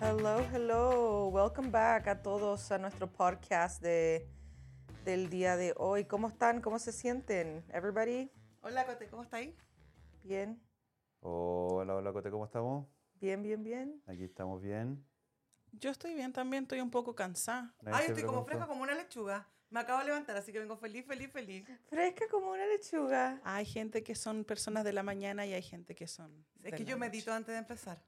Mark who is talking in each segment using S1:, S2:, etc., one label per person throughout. S1: Hello, hello. Welcome back a todos a nuestro podcast de, del día de hoy. ¿Cómo están? ¿Cómo se sienten? Everybody,
S2: Hola, Cote, ¿cómo estáis?
S1: bien,
S3: Hola, hola Cote, ¿cómo estamos?
S1: bien, bien, bien.
S3: Aquí estamos bien.
S4: Yo estoy bien también, estoy un poco cansada.
S3: Nadie
S2: Ay,
S3: se
S2: estoy como fresca
S3: preguntó.
S2: como una lechuga. Me acabo de levantar, así que vengo feliz, feliz, feliz.
S1: Fresca como una lechuga.
S4: Hay gente que son personas de la mañana y hay gente que son.
S2: Es
S4: de
S2: que
S4: la
S2: yo
S4: noche.
S2: medito antes de empezar.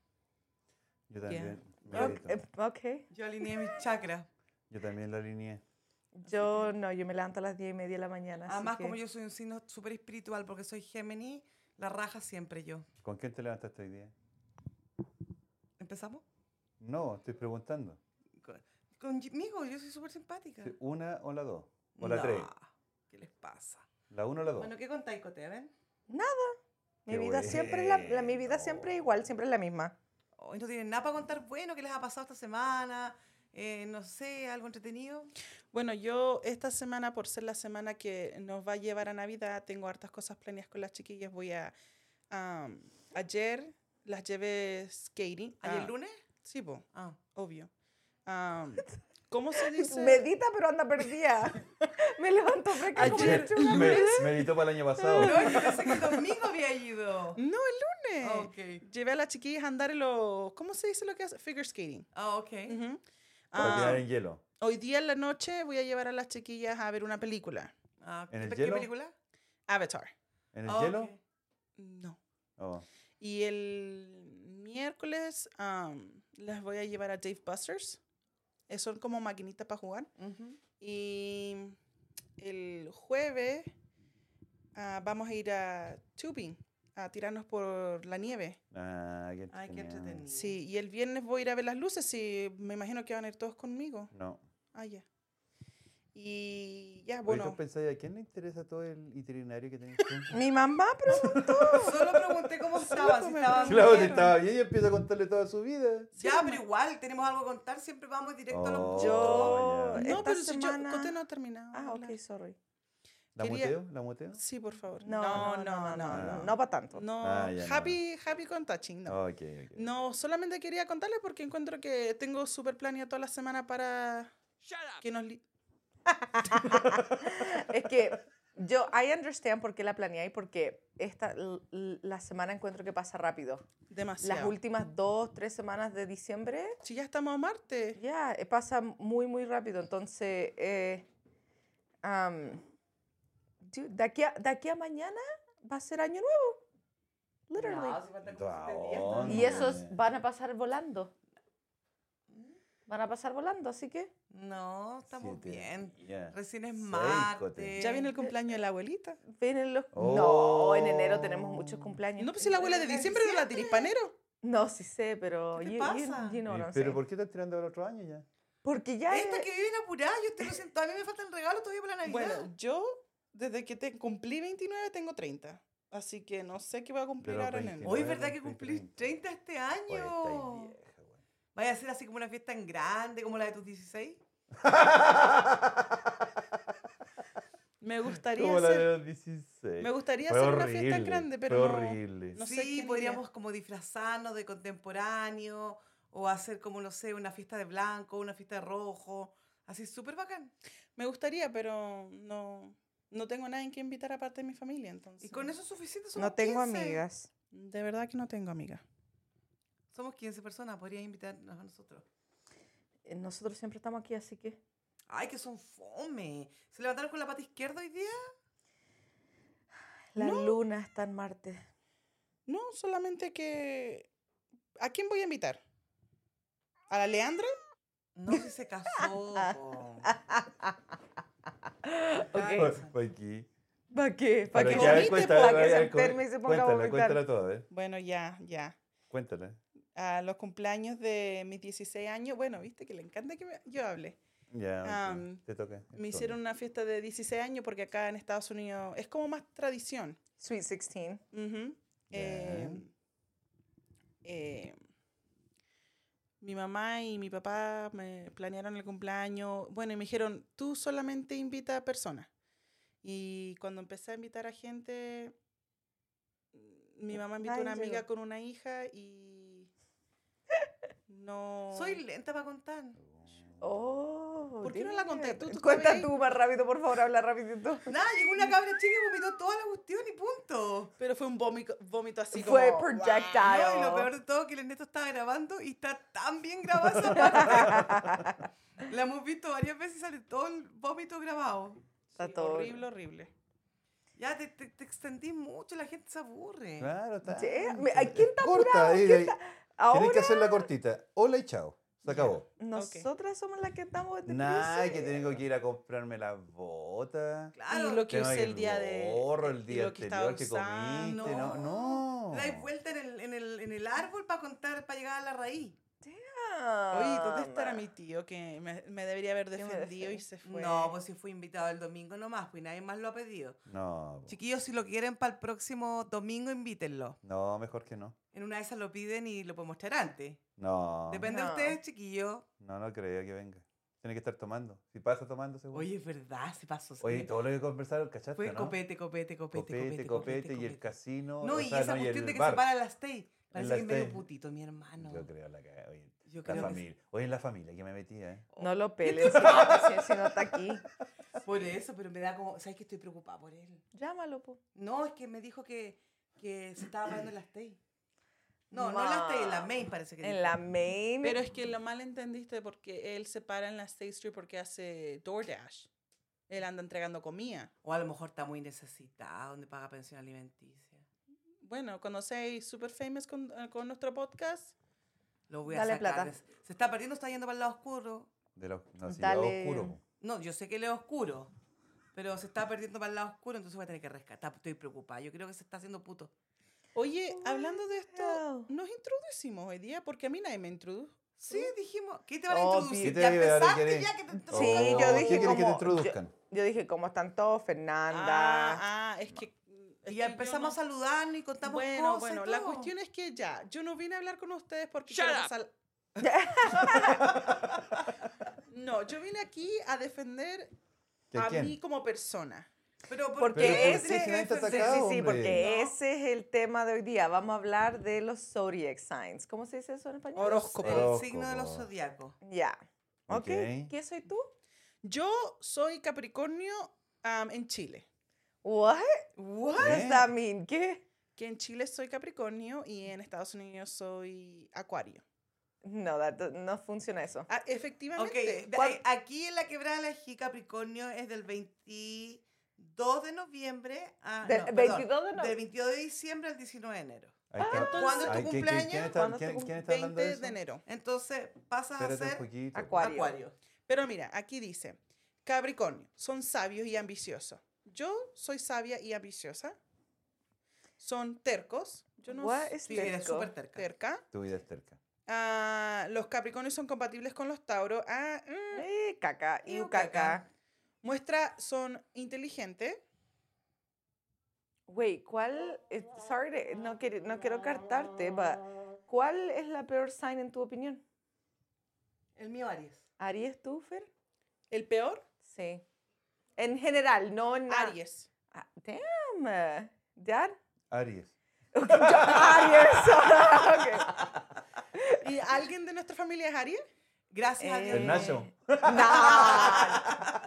S3: Yo también.
S1: Ok,
S3: me grito.
S2: em.
S1: ok.
S2: Yo alineé mis chakras.
S3: Yo también la alineé.
S1: Yo no, yo me levanto a las 10 y media de la mañana.
S4: Ah,
S1: así
S2: Además,
S1: que-
S2: como yo soy un signo súper espiritual, porque soy Géminis, la raja siempre yo.
S3: ¿Con quién te levantaste hoy día?
S2: ¿Empezamos?
S3: No, estoy preguntando.
S2: Con- Conmigo, yo soy súper simpática.
S3: ¿Sí, ¿Una o la dos? ¿O la
S2: No,
S3: tres?
S2: ¿Qué les pasa?
S3: ¿La uno o la dos?
S2: Bueno, ¿qué contáis, Cote? A ver.
S1: Mi
S3: Qué
S1: vida siempre es la, la- mi vida
S3: bueno.
S1: siempre es igual, siempre es la misma.
S2: Hoy no tienen nada para contar bueno, ¿qué les ha pasado esta semana? Eh, no sé, algo entretenido.
S4: Bueno, yo esta semana, por ser la semana que nos va a llevar a Navidad, tengo hartas cosas planeadas con las chiquillas. Voy a. am, ayer las llevé skating.
S2: ¿Ayer
S4: Ah,
S2: lunes?
S4: Sí, po,
S2: Ah.
S4: obvio. Am, ¿Cómo se dice?
S1: Medita, pero anda perdida. me levanto fresca como una
S4: Ayer-
S1: lechuga.
S3: Me, me gritó para el año pasado.
S2: No, yo pensé que el domingo había ido.
S4: No, el lunes.
S2: Ok.
S4: Llevé a las chiquillas a andar en los. ¿Cómo se dice lo que hace? Figure skating.
S2: Ah, ok.
S4: Ujú.
S3: Para
S4: Ah,
S3: quedar en hielo.
S4: Hoy día en la noche voy a llevar a las chiquillas a ver una película.
S2: Ah,
S3: ¿En el
S2: ¿qué
S3: hielo?
S2: película?
S4: Avatar.
S3: ¿En el
S2: Ah,
S3: hielo?
S2: ok.
S4: No.
S3: Oh,
S4: Y el miércoles am, las voy a llevar a Dave Busters. Eh, Son como maquinitas para jugar. Y el jueves ah, vamos a ir a tubing, a tirarnos por la nieve.
S3: ah, qué
S2: Ay, qué
S1: Mm.
S2: entretenido.
S4: Sí, y el viernes voy a ir a ver las luces y me imagino que van a ir todos conmigo.
S3: No.
S4: Ah, ya. Y ya,
S3: Bueno.
S4: bueno.
S3: ¿a quién le interesa todo el itinerario que tenés tú?
S1: Mi mamá preguntó.
S2: Solo pregunté cómo estaba, si estaba
S3: Claro, si
S2: bien.
S3: estaba bien y empieza a contarle toda su vida.
S2: Ya, pero igual, tenemos algo que contar, siempre vamos directo a los
S3: Oh,
S2: puntos.
S1: Yo-
S3: ya.
S4: No,
S1: Esta
S4: pero
S1: semana-
S4: si yo Cote no ha terminado. de
S1: Ah,
S4: hablar.
S1: ok, sorry.
S3: ¿La
S4: Quería-
S3: muteo? ¿La muteo?
S4: Sí, por favor.
S1: No, no, no, no, no, no, para tanto.
S4: No,
S3: Ah, ya no.
S4: happy, happy con touching, no.
S3: Ok, ok.
S4: No, solamente quería contarles porque encuentro que tengo súper planeado toda la semana para que nos... li-
S1: Es que yo, I understand por qué la planeé y porque esta, l- l- la semana encuentro que pasa rápido. Las
S4: Demasiado.
S1: últimas dos, tres semanas de diciembre,
S4: si ya estamos a Marte.
S1: ya, eh, pasa muy, muy rápido. Entonces, eh, am, dude, de, aquí a, de aquí a mañana va a ser año nuevo. Literally.
S2: No, si faltan como
S3: Da
S2: siete días, ¿no?
S3: onda.
S1: y esos
S3: hombre.
S1: van a pasar volando. Van a pasar volando, así que...
S2: No, estamos
S3: Siete
S2: bien.
S3: días.
S2: Recién es
S3: Seis,
S2: martes.
S3: Cote.
S4: Ya viene el cumpleaños de la abuelita.
S1: Vienen los... No,
S3: Oh.
S1: en enero tenemos muchos cumpleaños.
S4: No, pues si la abuela de diciembre no la tirís panero.
S1: No, sí sé, pero...
S2: ¿Qué te
S1: you- you-
S2: pasa?
S1: you know what I'm
S3: Eh, ¿Pero
S1: saying.
S3: por qué estás tirando al otro año ya?
S1: Porque ya
S2: Esta
S1: es-
S2: que vive en apurada, yo estoy recién, todavía me faltan regalos todavía para la Navidad.
S4: Bueno, yo desde que te cumplí 29 tengo 30. Así que no sé qué voy a cumplir
S3: Pero
S4: ahora en
S3: 29.
S4: enero.
S2: Hoy es verdad que
S3: cumplí
S2: cumplís 30 este
S3: Oye, estáis
S2: año.
S3: Pues, vieja, güey.
S2: Vaya a ser así como una fiesta en grande, como la de tus 16.
S4: Me gustaría
S3: Como la de
S4: hacer,
S3: los 16.
S4: me gustaría
S3: Fue
S4: hacer una fiesta
S3: horrible,
S4: grande,
S3: fue
S4: pero no,
S3: horrible.
S4: no
S2: sí,
S4: sé qué
S2: podríamos como disfrazarnos de contemporáneo o hacer como, no sé, una fiesta de blanco, una fiesta de rojo. Así súper bacán.
S4: Me gustaría, pero no, no tengo a nadie que invitar aparte de mi familia, entonces.
S2: Y con eso es suficiente. Somos
S1: no tengo
S2: 15.
S1: amigas.
S4: De verdad que no tengo amiga.
S2: Somos 15 personas, podrías invitarnos a nosotros.
S1: Eh, Nosotros siempre estamos aquí, así que...
S2: Ay, que son fome. ¿Se levantaron con la pata izquierda hoy día?
S1: La luna está en Marte.
S4: No, solamente que ¿a quién voy a invitar? ¿A la Leandra?
S2: No, si se casó. po.
S3: Fue-
S2: Cállense.
S3: fue aquí.
S1: ¿Para qué? ¿Para
S3: Pero
S1: qué?
S3: ya, a ver,
S4: vomite,
S3: cuéntala,
S1: para
S3: a
S1: que
S3: ver,
S1: se
S3: a ver, cu-
S1: enferme y se ponga a
S3: cuéntala,
S1: vomitar.
S3: Cuéntala toda, ¿eh?
S4: Bueno, ya, ya.
S3: Cuéntala.
S4: A los cumpleaños de mis 16 años, bueno, viste que le encanta que me- yo hable.
S3: Ya, ok,
S4: Am,
S3: te toca.
S4: Me hicieron una fiesta de 16 años porque acá en Estados Unidos es como más tradición.
S1: Sweet 16.
S4: Ujú.
S3: Ya.
S4: Eh, eh, mi mamá y mi papá me planearon el cumpleaños. Bueno, y me dijeron, tú solamente invita a personas. Y cuando empecé a invitar a gente, mi mamá invitó a una
S1: Nadie llegó.
S4: amiga con una hija y No.
S2: Soy lenta para contar.
S1: Oh,
S4: ¿Por qué no la conté?
S1: damn.
S4: Tú- tú
S1: Cuenta
S4: veías-
S1: tú más rápido, por favor, habla rapidito.
S2: Nada, llegó una cabra chica y vomitó toda la cuestión y punto.
S4: Pero fue un vómico- vómito así como.
S1: Fue
S4: ¡guau!
S1: projectile.
S2: No, y lo peor de todo es que el Ernesto estaba grabando y está tan bien grabada esa parte. La hemos visto varias veces y sale todo el vómito grabado.
S1: Está
S4: Sí,
S1: todo-
S4: Horrible, horrible.
S2: Ya te, te, te extendí mucho, la gente se aburre.
S3: Claro, está.
S1: Sí, me- ay, ¿quién está
S3: Corta,
S1: apurado?
S3: ahí,
S1: ¿Quién
S3: ahí.
S1: está-
S3: Tienes que
S1: Ahora
S3: hacerla cortita. Hola y chao. Se acabó.
S1: nosotras somos las que estamos de
S3: Nah, que
S1: crisis.
S3: tengo que ir a comprarme las botas.
S2: Claro.
S4: y lo que
S3: Tengo
S4: usé
S3: ahí
S4: el día de.
S3: Gorro,
S4: y
S3: el día
S4: lo que estaba
S3: anterior que comiste.
S4: usando.
S3: No, no.
S2: Te dais vuelta en el, en, el, en el árbol para contar, para llegar a la raíz.
S4: Oye, ¿dónde
S1: Ah,
S4: estará
S1: ma.
S4: mi tío que me, me debería haber
S1: ¿Qué me
S4: defendido y
S1: defendió?
S4: se fue?
S2: No, pues si fui invitado el domingo nomás, pues nadie más lo ha pedido.
S3: No,
S2: Chiquillos, si lo quieren para el próximo domingo, invítenlo.
S3: no, mejor que no.
S2: En una de esas lo piden y lo podemos traer antes.
S4: Ah.
S3: No,
S2: Depende de
S1: No.
S2: ustedes, chiquillos.
S3: no, no creo que venga. Tiene que estar tomando. Si pasa tomando, seguro.
S2: Oye, es verdad, se pasó. se
S3: Oye,
S2: me-
S3: todo lo que conversaron, ¿cachaste,
S2: fue
S3: no?
S2: copete, copete, copete,
S3: copete, copete, y el casino.
S2: No,
S3: o
S2: y
S3: sea,
S2: esa
S3: no,
S2: cuestión
S3: el
S2: de que
S3: bar.
S2: se para las seis. Parece
S3: las
S2: que es medio
S3: seis.
S2: putito, mi hermano.
S3: Yo creo la caga, oye,
S2: Yo creo
S3: la
S2: que sí.
S3: familia. Oye, la familia que me metía, ¿eh?
S1: No lo peles, si no, si- si no está aquí.
S2: Por eso, pero me da como. ¿Sabes que estoy preocupada por él?
S1: Llámalo, po.
S2: No, es que me dijo que, que se estaba parando en las seis. No, no en las seis, en la
S1: Wow.
S2: main parece que.
S1: En
S2: dijo.
S1: la main.
S4: Pero es que lo malentendiste porque él se para en la State Street porque hace DoorDash. Él anda entregando comida.
S2: O a lo mejor está muy necesitado, donde paga pensión alimenticia.
S4: Bueno, conocéis Super Famous con, eh, con nuestro podcast.
S2: Lo voy a
S1: Dale
S2: sacar.
S1: plata.
S2: de- Se está perdiendo, está yendo para el lado oscuro.
S3: De los, no, sí,
S1: Dale.
S3: oscuro. po.
S2: No, yo sé que él es oscuro, pero se está perdiendo para el lado oscuro, entonces voy a tener que rescatar. Estoy preocupada. Yo creo que se está haciendo puto.
S4: Oye, hablando de esto,
S1: Wow.
S4: nos introducimos hoy día porque a mí nadie me introdujo.
S2: Sí, dijimos. ¿Qué te van a
S1: Obvio.
S2: introducir?
S3: ¿Qué te
S2: Ya
S3: debe dar?
S2: empezaste
S3: ¿Quieres?
S2: ya que te
S1: Sí, yo
S3: Oh, ¿qué
S1: dije
S3: quieres que te
S1: como-
S3: introduzcan?
S1: Yo dije, ¿cómo están todos? Fernanda.
S4: Ah, ah, es que. es
S2: Y
S4: que
S2: ya
S4: yo
S2: empezamos
S4: no-
S2: a saludarnos y contamos
S4: Bueno,
S2: cosas. y
S4: bueno, la
S2: todo.
S4: cuestión es que ya, yo no vine a hablar con ustedes porque.
S2: Shut
S4: quiero
S2: up.
S4: pasar- No, yo vine aquí a defender
S3: ¿Que
S4: a
S3: quién?
S4: mí como persona.
S2: Pero este ¿por
S1: Porque
S3: Pero ¿por qué
S1: ese
S3: se han
S1: sí, sí,
S3: atacado,
S1: sí,
S3: hombre?
S1: porque
S2: No.
S1: ese es el tema de hoy día. Vamos a hablar de los zodiac signs. ¿Cómo se dice eso en español? Eh,
S4: Horóscopo.
S2: El signo de los
S3: Horóscopo.
S2: zodiacos.
S1: Ya.
S3: Ok.
S1: Okay. ¿Quién soy tú?
S4: Yo soy Capricornio am, en Chile.
S1: What?
S2: What?
S1: What does
S3: ¿Eh?
S1: that mean? ¿Qué?
S4: Que en Chile soy Capricornio y en Estados Unidos soy Acuario.
S1: No, that do- no funciona eso.
S4: Ah,
S2: Ok,
S4: efectivamente.
S2: de-
S4: cuan-
S2: aquí en la quebrada de la Ji Capricornio es del 22 de noviembre a.
S1: Del
S2: no, perdón,
S1: 22 de
S2: Del
S1: noviembre.
S2: 22 de diciembre al 19 de enero.
S3: Ahí está.
S2: Ah, ¿Cuándo es tu
S3: Ay, ¿quién- quién-
S2: cumpleaños?
S3: ¿Quién está,
S1: ¿Cuándo es tu
S3: quién-
S1: cum-
S3: quién está hablando
S4: 20
S3: de eso?
S4: de, enero.
S2: Entonces pasas
S3: Espérate
S2: a
S3: un
S2: ser
S3: poquito.
S1: Acuario.
S2: acuario.
S4: Pero mira, aquí dice, Capricornio, son sabios y ambiciosos. Yo soy sabia y ambiciosa. Son tercos. Yo no
S1: What
S4: soy
S1: is
S2: Sí, eres
S1: Terco.
S2: súper terca.
S4: terca.
S3: Tu vida es terca.
S4: Ah, los Capricornios son compatibles con los Tauros. Ah, mm.
S1: Eh, caca,
S2: Iu,
S1: iu, caca.
S4: Muestra, son inteligentes.
S1: Wait, ¿cuál? eh, Sorry, de- no, quiero- no quiero cartarte, but ¿cuál es la peor sign en tu opinión?
S2: El mío Aries.
S1: ¿Aries tú, Fer?
S4: El peor,
S1: Sí. En general, no en nada.
S4: Aries.
S1: Ah, damn. eh, Dad?
S3: Aries.
S1: Aries. ok.
S4: ¿Y alguien de nuestra familia es Aries?
S2: Gracias a
S1: Eh,
S2: Dios.
S3: El Nacho.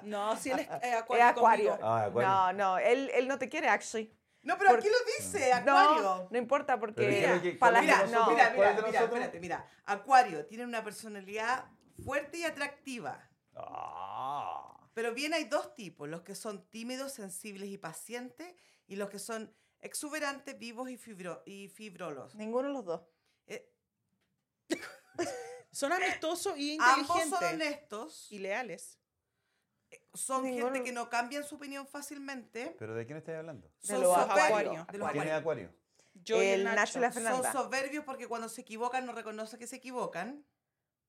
S1: No,
S4: No, si él es eh,
S1: es
S4: acuario.
S1: Acuario.
S4: conmigo.
S3: Ah, Acuario.
S1: No, no, él, él no te quiere, actually.
S2: No, pero
S1: Por-
S2: aquí lo dice,
S1: No,
S2: Acuario.
S1: no importa porque
S3: Pero
S1: mira,
S3: creo que-
S1: para la
S2: Mira,
S3: ¿cuál de
S1: no.
S2: mira,
S3: ¿Cuál
S2: mira,
S3: es de
S2: mira,
S3: nosotros?
S2: espérate, mira. Acuario tiene una personalidad fuerte y atractiva.
S3: Ah.
S2: Pero bien hay dos tipos, los que son tímidos, sensibles y pacientes, y los que son exuberantes, vivos y, fibro- y fibrolos.
S1: ninguno de los dos.
S2: Eh,
S4: Son amistosos y
S2: ambos son
S4: inteligentes.
S2: honestos,
S4: Y leales.
S2: son gente
S1: Ninguno-
S2: que no cambian su opinión fácilmente,
S3: ¿pero ¿de quién estás hablando?
S1: De
S2: son
S1: los
S2: soberbios,
S4: acuarios.
S2: de los
S3: ¿Quién es
S2: acuarios.
S3: Acuario?
S4: Yo y
S1: El
S4: el
S1: Nacho
S4: Nacho.
S1: y la Fernanda.
S2: Son soberbios porque cuando se equivocan no reconocen que se equivocan.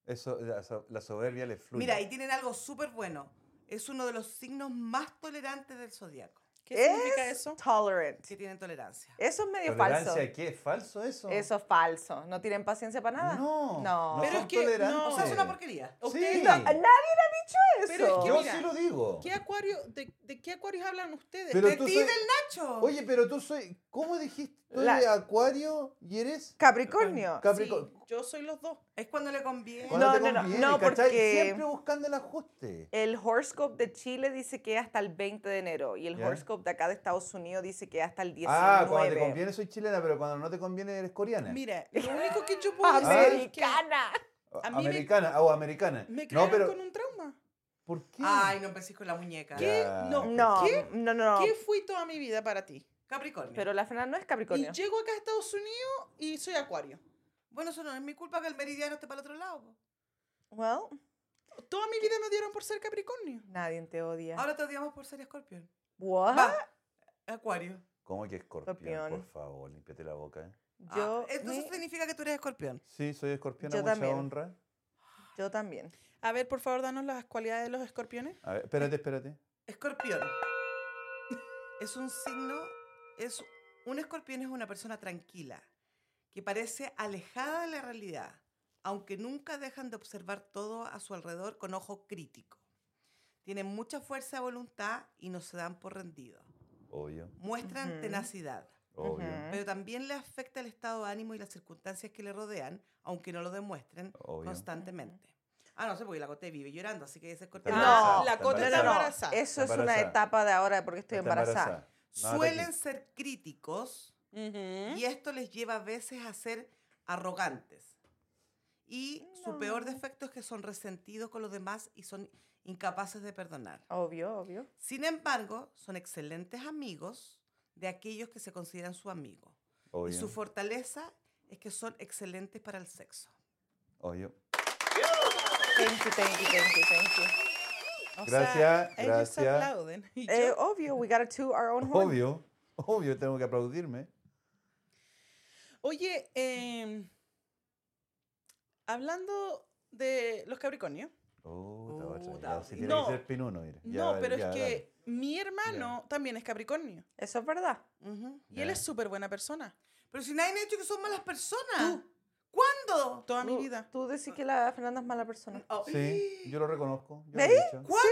S3: Eso, la, so- la soberbia le fluye.
S2: Mira, y tienen algo súper bueno. Es uno de los signos más tolerantes del zodiaco,
S4: ¿Qué
S1: Es
S4: significa eso?
S1: Tolerant.
S2: que tienen tolerancia.
S1: Eso es medio
S3: ¿Tolerancia
S1: falso.
S3: qué? ¿Es falso eso?
S1: Eso es falso. No tienen paciencia para nada.
S3: No.
S1: No.
S4: Pero
S3: son
S4: es que-
S3: tolerantes.
S4: no.
S2: O sea, es una porquería.
S4: Ustedes-
S3: Sí.
S1: No, nadie le ha dicho eso.
S4: Pero es que
S3: Yo
S4: mira,
S3: sí lo digo.
S4: ¿Qué acuario, de, de qué acuarios hablan ustedes?
S3: Pero
S2: de
S3: tú
S2: ti
S3: soy-
S2: del Nacho.
S3: Oye, pero tú soy. ¿Cómo dijiste? Tú
S1: La-
S3: eres acuario y eres
S1: Capricornio.
S3: Capricornio.
S4: Sí, yo soy los dos.
S2: Es cuando le conviene.
S3: Cuando
S1: No,
S3: te
S1: no, no,
S3: conviene,
S1: no,
S3: ¿cachai?
S1: porque-
S3: Siempre buscando el ajuste.
S1: El horoscope de Chile dice que hasta el 20 de enero y el
S3: Ya.
S1: horoscope de acá de Estados Unidos dice que hasta el 19.
S3: Ah, cuando te conviene soy chilena, pero cuando no te conviene eres coreana.
S4: Mire, lo único que yo
S3: Ah,
S4: puedo decir es que
S1: Americana.
S3: O-
S4: a mí me-
S3: americana, ah, o americana.
S4: me
S3: no,
S4: crearon
S3: pero
S4: con un trauma.
S3: ¿por qué?
S2: Ay, no empecéis con la muñeca.
S4: ¿Qué?
S3: Ya.
S4: No.
S1: No,
S4: ¿Qué?
S1: no, no.
S4: ¿Qué fui toda mi vida para ti?
S2: Capricornio.
S1: Pero la Fernanda no es Capricornio.
S4: Y llego acá a Estados Unidos y soy acuario.
S2: Bueno, eso no es mi culpa que el meridiano esté para el otro lado. po.
S1: Well,
S4: Toda mi vida me dieron por ser capricornio.
S1: nadie te odia.
S4: Ah,
S2: Ahora te odiamos por ser escorpión.
S1: What?
S2: Va, Acuario.
S3: ¿Cómo que escorpión?
S1: Escorpión.
S3: Por favor, límpiate la boca. ¿eh?
S2: Ah,
S1: Yo,
S2: entonces
S1: mi-
S2: significa que tú eres escorpión.
S3: Sí, soy escorpión, a
S1: Yo
S3: mucha
S1: también.
S3: honra.
S1: yo también.
S4: A ver, por favor, danos las cualidades de los escorpiones.
S3: A ver, espérate, espérate.
S2: Escorpión. Es un signo, es un escorpión es una persona tranquila, que parece alejada de la realidad, aunque nunca dejan de observar todo a su alrededor con ojo crítico. Tienen mucha fuerza de voluntad y no se dan por rendido.
S3: Obvio,
S2: Muestran
S1: Ujú.
S2: tenacidad,
S3: obvio,
S1: Ujú.
S2: pero también le afecta el estado de ánimo y las circunstancias que le rodean, aunque no lo demuestren
S3: obvio.
S2: constantemente. Ah, no sé, porque la Cote vive llorando, así que ese escorpión...
S3: Está
S1: No,
S3: embarazada,
S4: la
S3: está
S4: Cote
S1: No,
S4: Pero
S1: no,
S3: embarazada.
S1: no.
S4: embarazada.
S1: Eso es una
S3: Embarazada.
S1: etapa de ahora porque estoy
S3: Está
S1: embarazada.
S3: No, está
S2: Suelen
S3: aquí.
S2: ser críticos
S1: ¿Eh?
S4: Ujú.
S2: Y esto les lleva a veces a ser arrogantes. Y su peor
S1: No.
S2: defecto es que son resentidos con los demás y son incapaces de perdonar.
S1: Obvio, obvio.
S2: Sin embargo, son excelentes amigos de aquellos que se consideran su amigo.
S3: Obvio,
S2: Y su fortaleza es que son excelentes para el sexo.
S3: obvio.
S1: Thank you, thank you, thank you, thank you.
S4: O
S3: Gracias,
S4: ellos
S3: gracias.
S4: aplauden. Y yo-
S1: Eh, obvio, we gotta toot our own horn.
S3: Obvio, obvio, tengo que aplaudirme.
S4: Oye, em, hablando de los capricornios.
S3: Oh, está otra.
S2: Puta,
S3: Ya,
S2: obvio.
S3: si tiene
S4: No.
S3: que ser pinuno, mira. Ya,
S4: No, pero
S3: ya,
S4: es que
S3: dale.
S4: mi hermano también es capricornio.
S1: Eso es verdad.
S2: Ujú.
S4: Y él
S3: Ya.
S4: es súper buena persona.
S2: Pero si nadie me ha dicho que son malas personas.
S4: Tú.
S2: ¿Cuándo?
S4: Toda mi
S1: Tú-
S4: vida.
S1: Tú decís que la Fernanda es mala persona.
S2: Oh,
S3: Sí, yo lo reconozco. Yo lo he
S1: ¿Veis?
S3: dicho.
S2: ¿Cuándo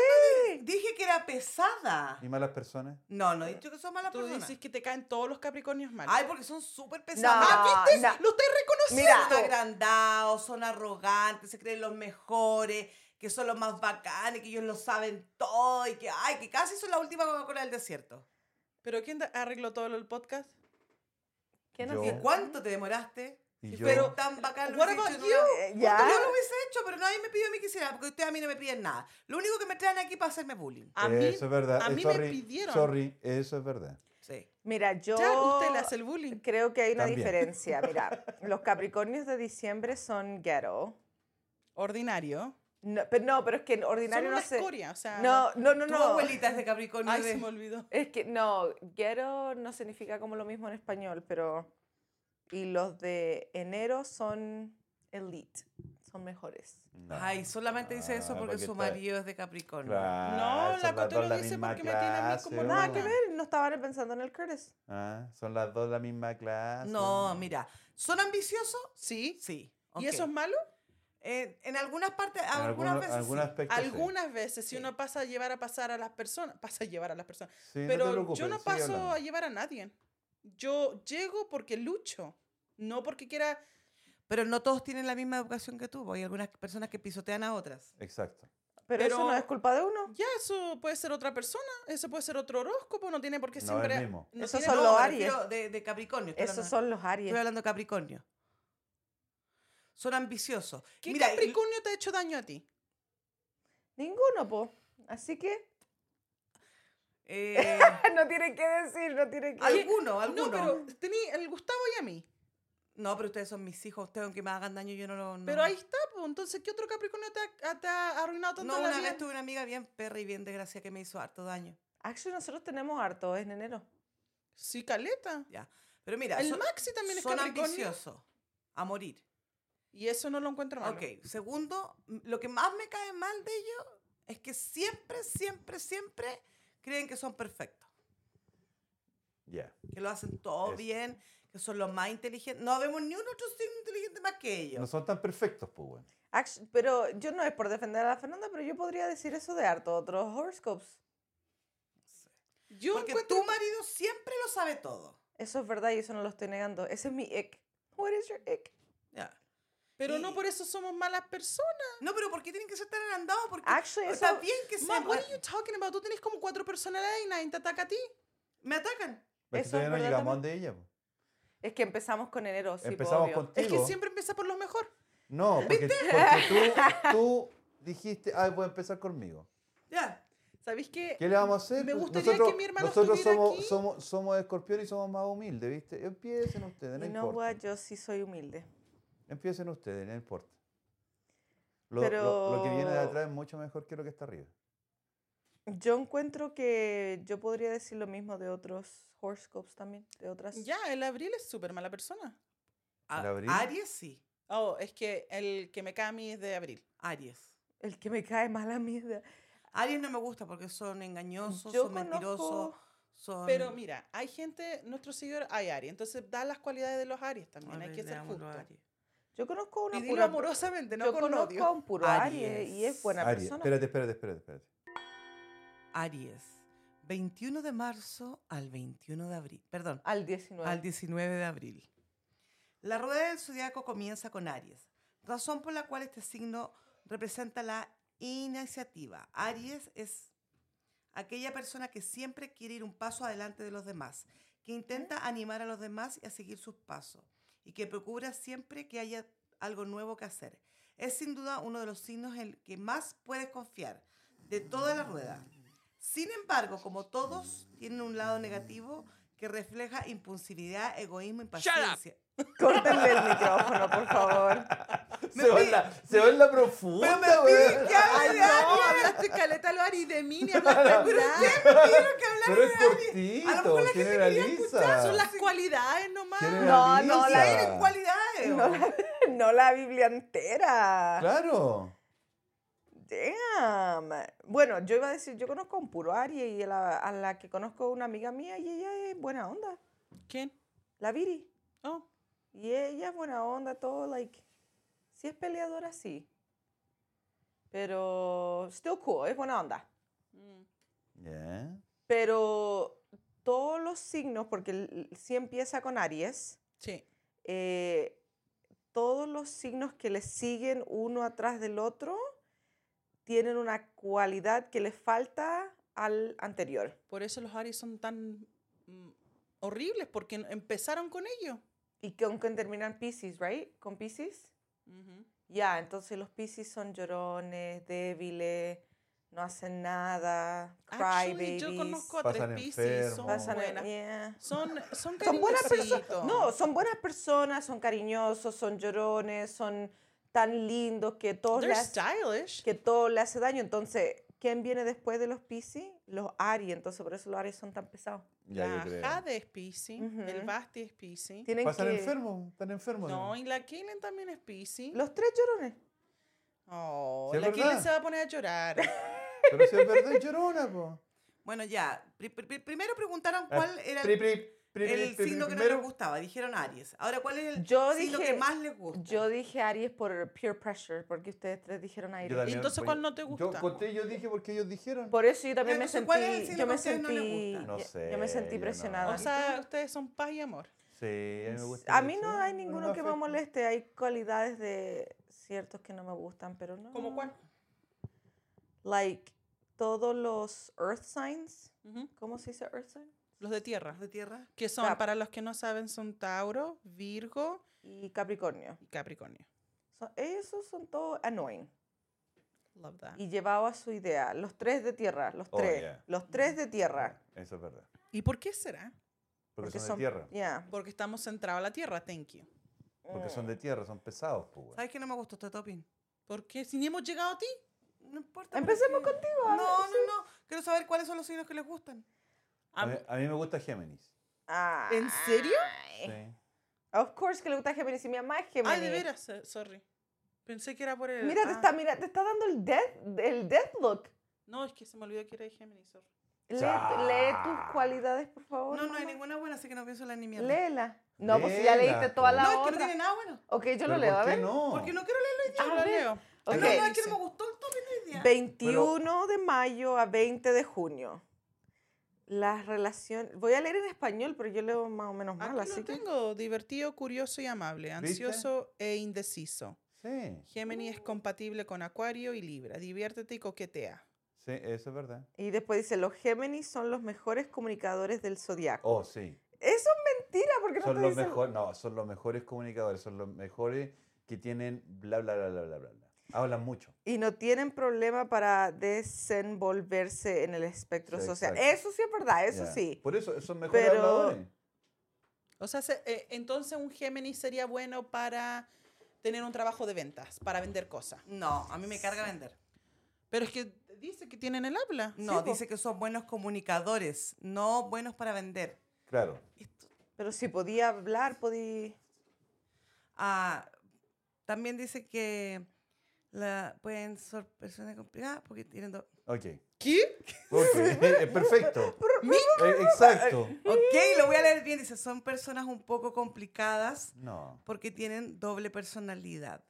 S2: di- dije que era pesada?
S3: Y malas personas.
S2: No, no he dicho que son malas
S4: Tú
S2: personas.
S4: dices que te caen todos los capricornios mal.
S2: Ay, porque son súper
S1: No,
S2: pesadas. Ah, ¿viste?
S1: no.
S4: Lo estoy reconociendo.
S1: Mira,
S2: son agrandados, son arrogantes, se creen los mejores, que son los más bacanes, que ellos lo saben todo y que, ay, que casi son la última Coca-Cola del desierto.
S4: ¿Pero quién da- arregló todo el podcast?
S1: ¿Qué
S3: Yo-
S2: ¿Y cuánto te demoraste?
S3: Y
S4: Sí,
S3: yo,
S2: Pero tan bacán lo
S4: What
S2: hubiese
S4: about
S2: hecho en una-
S4: you?
S1: Eh, ¿Ya?
S2: Yo lo hubiese hecho, pero nadie me pidió a mí que hiciera, porque ustedes a mí no me piden nada. Lo único que me traen aquí para hacerme bullying.
S4: A mí,
S3: eso es verdad.
S4: a
S3: eh,
S4: mí me
S3: sorry,
S4: pidieron.
S3: Sorry, eso es verdad.
S2: Sí.
S1: Mira, yo...
S4: Ya, usted le hace el bullying.
S1: Creo que hay una
S3: También.
S1: diferencia. Mira, los Capricornios de diciembre son ghetto.
S4: Ordinario.
S1: No, pero, no, pero es que en ordinario
S4: Son una
S1: no sé.
S4: escoria, o sea.
S1: No, no, no,
S2: Tu
S1: no.
S2: abuelita es de Capricornio.
S4: Ay,
S2: de-
S4: se me olvidó.
S1: Es que no, ghetto no significa como lo mismo en español, pero. Y los de enero son elite, son mejores.
S3: No.
S2: Ay, solamente dice eso
S3: Ah,
S2: porque su
S3: está-
S2: marido es de Capricornio.
S3: Claro,
S4: No,
S3: son las
S4: la Cote
S3: dos
S4: lo
S3: la
S4: dice
S3: misma
S4: porque me tiene a mí como
S3: clase,
S1: Nada que
S3: weón.
S4: Hola.
S1: ver, no estaban pensando en el Curtis.
S3: Ah, son las dos la misma clase.
S2: No, mira, ¿son ambiciosos?
S4: Sí.
S2: Sí.
S4: ¿Y eso es malo?
S2: Eh, en algunas partes,
S3: En
S2: algunas
S3: alguno-
S2: veces.
S3: algún
S2: sí.
S3: aspecto sí.
S4: Algunas veces, si
S2: Sí.
S4: uno pasa a llevar a pasar a las personas, pasa a llevar a las personas.
S3: Sí, no te
S4: Pero
S3: preocupes,
S4: yo no
S3: sigue
S4: paso
S3: hablando.
S4: a llevar a nadie. Yo llego porque lucho, no porque quiera.
S2: Pero no todos tienen la misma educación que tú. porque Hay algunas personas que pisotean a otras.
S3: Exacto.
S1: Pero, eso no
S4: Pero-
S1: es culpa de uno.
S4: Ya, eso puede ser otra persona, eso puede ser otro horóscopo, no tiene por qué
S3: No,
S4: siempre.
S3: el mismo.
S4: no
S1: Esos
S4: tiene-
S1: son
S2: No,
S1: los
S2: me
S1: Aries.
S2: refiero De, de Capricornio. estoy
S1: Esos
S2: hablando-
S1: son los Aries.
S2: Estoy hablando de Capricornio. Son ambiciosos.
S4: ¿Qué
S2: Mira, y-
S4: Capricornio te ha hecho daño a ti?
S1: Ninguno, po. Así que
S2: eh,
S1: no tiene que decir, no tiene que
S2: alguno, alguno.
S4: No, pero tení el Gustavo y a mí.
S2: ustedes son mis hijos. Ustedes aunque me hagan daño, yo no lo... no-
S4: Pero ahí está, pues, entonces, ¿qué otro Capricornio te ha, a- te ha arruinado tanto
S2: No,
S4: la
S2: una
S4: vida?
S2: vez tuve una amiga bien perra y bien desgraciada que me hizo harto daño.
S1: Actually, nosotros tenemos harto, es en enero.
S4: Sí, Caleta.
S2: Pero mira,
S4: el
S2: son,
S4: Maxi también es
S2: son
S4: Capricornio.
S2: ambiciosos. A morir.
S4: Y eso no lo encuentro malo.
S2: Ok, segundo, m- lo que más me cae mal de ellos es que siempre, siempre, siempre creen que son perfectos,
S3: Ya.
S2: que lo hacen todo
S3: Eso.
S2: bien, que son los más inteligentes. No vemos ni un otro signo inteligente más que ellos.
S3: No son tan perfectos, pues, weón.
S1: Actu- pero yo no es por defender a la Fernanda, pero yo podría decir eso de harto otros horoscopes.
S4: Yo
S2: Porque
S4: encuentro-
S2: tu marido siempre lo sabe todo.
S1: Eso es verdad y eso no lo estoy negando. Ese es mi ick. What is your ick?
S2: Ya.
S4: Pero
S2: Y-
S4: no por eso somos malas personas.
S2: No, pero ¿por qué tienen que ser tan arandados? Porque
S1: Actually,
S2: está
S1: eso-
S2: bien que
S4: Ma,
S2: sean. ah,
S4: what are you talking about? Tú tenés como cuatro personalidades y nadie te ataca a ti.
S2: Me atacan.
S1: Eso
S3: Pero
S1: es
S3: si todavía no
S1: verdad
S3: llegamos donde ella. pues. po.
S1: Es que empezamos con enero, sí, po,
S3: Empezamos
S1: obvio.
S3: contigo.
S4: Es que siempre empieza por lo mejor.
S3: No, porque, porque tú, tú dijiste, ay, voy a empezar conmigo.
S2: Ya.
S4: ¿Sabéis qué?
S3: ¿Qué le vamos a hacer?
S4: Me
S3: Pues
S4: gustaría que mi hermano
S3: Nosotros
S4: estuviera
S3: somos,
S4: aquí.
S3: somos, somos escorpión y somos más humildes, ¿viste? Empiecen ustedes, no
S1: You know
S3: importa.
S1: what? Yo sí soy humilde.
S3: Empiecen ustedes, no importa. Lo, lo-
S1: Pero-
S3: lo que viene de atrás es mucho mejor que lo que está arriba.
S1: Yo encuentro que yo podría decir lo mismo de otros horoscopes también, de otras.
S4: Ya, el abril es súper mala persona.
S2: A-
S3: ¿El abril?
S2: Ah, Aries sí.
S4: Oh, es que el que me cae a mí es de abril.
S2: Aries.
S1: El que me cae mala mierda.
S2: Aries no me gusta porque son engañosos,
S1: Yo
S2: son mentirosos,
S1: conozco-
S2: son...
S4: Pero mira, hay gente, nuestro seguidor hay Aries, entonces da las cualidades de los Aries también,
S2: Aries,
S4: hay que
S2: le
S4: ser
S2: amo a
S4: justo.
S2: los Aries.
S1: Yo conozco a una
S4: Y dilo
S1: pura.
S4: amorosamente, no
S1: yo
S4: con
S1: conozco a
S4: odio.
S1: un puro Aries. y es buena
S3: Aries,
S1: persona.
S3: espérate, espérate, espérate, espérate.
S2: Aries. 21 de marzo al 21 de abril. Perdón.
S1: Al 19.
S2: al 19 de abril. La rueda del zodiaco comienza con Aries, razón por la cual este signo representa la iniciativa. Aries es aquella persona que siempre quiere ir un paso adelante de los demás, que intenta animar a los demás y a seguir sus pasos, y que procura siempre que haya algo nuevo que hacer. Es sin duda uno de los signos en el que más puedes confiar de toda la rueda. Sin embargo, como todos, tienen un lado negativo que refleja impulsividad, egoísmo, impaciencia.
S1: Córtenle el micrófono, por favor.
S2: Me
S3: Se va,
S2: pide-
S3: en la, se va en la profunda,
S2: Pero me piden
S3: weón.
S2: que hable de Aries.
S4: hablaste caleta lo Aries de mí, ni hablaste
S2: Ustedes me pidieron que hablara
S3: Pero es
S2: de Aries. A lo mejor
S3: cortito,
S2: la gente
S3: tiene la
S2: quería escuchar.
S3: lisa.
S4: Son las cualidades nomás.
S3: Tiene
S1: No,
S3: la
S1: no,
S3: lisa.
S1: la
S2: Tienen cualidades.
S1: No la, no la Biblia entera.
S3: Claro.
S1: Damn. Bueno, yo iba a decir, yo conozco a un puro Aries y a la, a la que conozco una amiga mía y ella es buena onda.
S4: ¿Quién?
S1: La Viri.
S4: Oh,
S1: Y ella es buena onda, todo, like. Sí es peleadora, sí. Pero. Still cool, es buena onda.
S4: mm,
S3: Ya.
S1: Pero todos los signos, porque si empieza con Aries,
S4: sí.
S1: eh, todos los signos que le siguen uno atrás del otro tienen una cualidad que le falta al anterior.
S4: Por eso los Aries son tan mm, horribles, porque em- empezaron con ello.
S1: Y que aunque terminan Pisces, right? Con Pisces.
S4: Ujú.
S1: Ya, entonces los Pisces son llorones, débiles, no hacen nada,
S4: Actually,
S1: crybabies.
S4: yo conozco a
S3: Pasan
S4: tres Pisces, son
S3: enfermos.
S1: pasan a-
S4: buenas.
S1: yeah.
S4: Son, son
S1: Son buenas personas.
S4: cariñositos.
S1: No, son buenas personas, son cariñosos, son llorones, son tan lindos que todos
S4: They're
S1: les
S4: stylish.
S1: que todo le hace daño. Entonces, ¿quién viene después de los Pisces? Los Aries. Entonces, por eso los Aries son tan pesados.
S3: Ya, yo
S4: la
S3: creo.
S4: Jade es Pisces, el
S1: Ujú.
S4: Basti es Pisces.
S1: Tienen
S3: Pasan
S1: que...
S3: enfermos, están enfermos.
S4: No, y la Kaylin también es Pisces.
S1: Los tres llorones.
S4: Oh,
S3: Sí, es
S4: la Kaylin
S3: verdad.
S4: se va a poner a llorar.
S3: Pero si es verdad, es llorona, po.
S2: Bueno, ya. Pri- pri- pri- primero preguntaron cuál era
S3: Eh, Pri, pri, pri,
S2: el
S3: pri,
S2: signo que no
S3: primero.
S2: les gustaba. Dijeron Aries. Ahora, ¿cuál es el
S1: Yo
S2: signo
S1: dije-
S2: que más les gusta?
S1: Yo dije Aries por peer pressure, porque ustedes tres dijeron
S3: Yo
S1: Aries.
S3: también,
S4: Entonces,
S3: pues,
S4: ¿cuál no te
S3: Yo
S4: gusta?
S3: conté, yo dije porque ellos dijeron.
S1: Por eso yo también me
S2: Entonces,
S1: sentí...
S2: ¿cuál es el signo
S1: yo
S2: que a
S1: me
S2: ustedes no les
S1: sentí...
S2: gusta?
S3: No
S1: yo-
S3: sé,
S1: yo me
S3: yo
S1: sentí
S3: no.
S1: presionada.
S4: o sea, ustedes son paz y amor.
S3: Sí, a mí me gusta.
S1: a
S3: mucho.
S1: mí no hay
S3: Sí,
S1: ninguno que me
S3: afecta.
S1: moleste. Hay cualidades de ciertos que no me gustan, pero no.
S4: ¿Cómo cuál?
S1: Like, todos los earth signs.
S4: Ujú.
S1: ¿Cómo se dice earth sign?
S4: Los de tierra.
S2: ¿Los de tierra?
S4: Que son,
S1: Cap.
S4: para los que no saben, son Tauro, Virgo
S1: Y Capricornio.
S4: y Capricornio.
S1: Son- esos son todos annoying.
S4: Love that.
S1: Y llevaba su idea. Los tres de tierra, los
S3: Oh,
S1: tres.
S3: yeah.
S1: Los tres de tierra.
S3: Eso es verdad.
S4: ¿Y por qué será?
S3: Porque, son, de tierra.
S1: yeah.
S4: Porque estamos centrados en la tierra, thank you.
S3: Porque son de tierra, son pesados, pues. weón.
S2: ¿Sabes qué no me gustó este topping?
S4: Porque si ni hemos llegado a ti,
S2: No importa.
S1: Mm. Empecemos
S2: porque-
S1: contigo.
S2: No,
S1: a ver,
S2: no,
S1: sí.
S2: no. Quiero saber cuáles son los signos que les gustan.
S3: A
S4: am-
S3: mí, a mí me gusta Géminis.
S1: Ah,
S4: ¿En serio?
S3: Sí.
S1: Of course que le gusta Géminis y mi mamá es Géminis.
S4: Ay, de veras, eh, sorry. Pensé que era por el.
S1: Mira, te
S4: ah.
S1: está, mira, te está dando el death, el death look.
S4: No, es que se me olvidó que era de Géminis, sorry.
S1: Lee,
S3: Chá.
S1: lee tus cualidades, por favor.
S2: No, no hay
S1: mamá.
S2: ninguna buena, así que no pienso en la ni mierda.
S1: Léela. No, pues si ya
S3: Léela,
S1: leíste toda
S3: po.
S1: la
S2: no, es que no
S1: otra.
S2: tiene nada bueno.
S1: ok, yo lo
S3: ¿Pero
S1: leo,
S3: por
S1: a
S3: qué
S1: ver.
S3: No.
S2: Porque no quiero leerlo hoy día.
S4: Yo lo leo.
S1: Ok.
S2: No, no, es que
S4: Dice.
S2: no me gustó el topping hoy día.
S1: 21 de mayo a 20 de junio. las relaciones. Voy a leer en español, pero yo leo más o menos mal,
S4: Aquí
S1: así
S4: lo
S1: que.
S4: tengo. Divertido, curioso y amable.
S3: ¿Viste?
S4: Ansioso e indeciso.
S3: Sí,
S4: Géminis es compatible con Acuario y Libra. Diviértete y coquetea.
S3: sí, eso es verdad.
S1: Y después dice: Los Géminis son los mejores comunicadores del zodiaco.
S3: Oh, sí.
S1: Eso es mentira, porque no
S3: Son
S1: te
S3: los
S1: dicen.
S3: mejores, no, son los mejores comunicadores, son los mejores que tienen bla, bla, bla, bla, bla, bla. bla. Hablan mucho.
S1: Y no tienen problema para desenvolverse en el espectro
S3: Sí,
S1: social.
S3: exacto.
S1: Eso sí es verdad, eso
S3: Ya.
S1: sí.
S3: Por eso son mejores
S1: Pero-
S3: habladores.
S4: O sea, se- eh, entonces un Géminis sería bueno para tener un trabajo de ventas, para vender cosas.
S2: No, a mí me carga vender.
S4: Pero es que dice que tienen el habla.
S2: No,
S4: Sí, po.
S2: dice que son buenos comunicadores, no buenos para vender.
S3: Claro.
S1: Pero si podía hablar, podía.
S2: Ah, también dice que la, pueden ser personas complicadas porque tienen... do-
S3: Ok.
S4: ¿Qué?
S3: Ok, eh, perfecto. Eh, Exacto.
S2: Ok, lo voy a leer bien. Dice, son personas un poco complicadas
S3: No.
S2: porque tienen doble personalidad,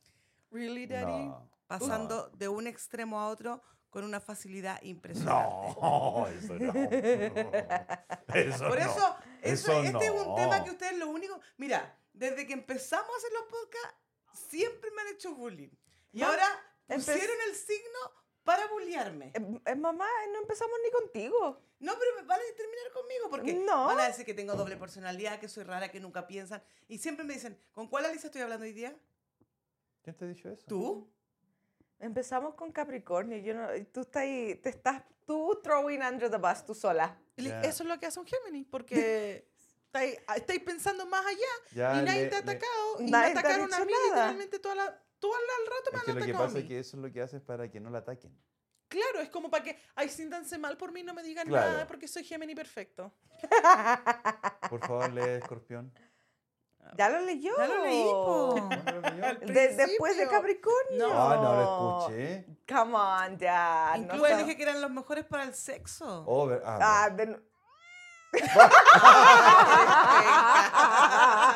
S4: ¿Really, daddy?
S3: No.
S2: pasando de un extremo a otro con una facilidad impresionante.
S3: No, eso no. Eso
S2: Por
S3: no.
S2: eso, eso,
S3: Eso
S2: este es un tema
S3: no.
S2: que ustedes lo único... Mira, desde que empezamos a hacer los podcasts, siempre me han hecho bullying. Y
S1: Mam,
S2: ahora
S1: empe-
S2: pusieron el signo para bullearme.
S1: Eh, eh, mamá, no empezamos ni contigo.
S2: No, pero me van a terminar conmigo porque
S1: No.
S2: van a decir que tengo doble personalidad, que soy rara, que nunca piensan. Y siempre me dicen, ¿con cuál Alicia estoy hablando hoy día?
S3: ¿Quién te ha dicho eso?
S2: ¿Tú?
S1: Empezamos con Capricornio. Yo no, y tú estás ahí, te estás tú throwing under the bus tú sola.
S4: Li-
S3: Ya.
S4: Eso es lo que hace un Géminis, porque estáis, estáis pensando más allá
S3: Ya
S4: y nadie
S3: le-
S4: te ha
S3: le-
S4: atacado y me
S1: Nadie te ha
S4: atacaron a
S1: dicho
S4: mí
S1: nada.
S4: literalmente toda la, todo el rato me
S3: Es
S4: han
S3: que lo que
S4: atacado a
S3: pasa es
S4: mí.
S3: que eso es lo que haces para que no la ataquen.
S4: Claro, es como para que, ay, siéntanse mal por mí, no me digan
S3: Claro.
S4: nada porque soy Géminis perfecto.
S3: Por favor, lee Escorpión.
S1: Ya lo leyó.
S2: Ya lo leí, po.
S3: ¿No lo leyó?
S4: Al
S1: De- después de
S4: principio.
S1: Capricornio.
S3: Ah, no lo escuché.
S1: Come on, ya. no
S2: Incluso
S1: so-
S2: dije que eran los mejores para el sexo.
S3: Oh, ver- ah,
S1: Ah, de nu-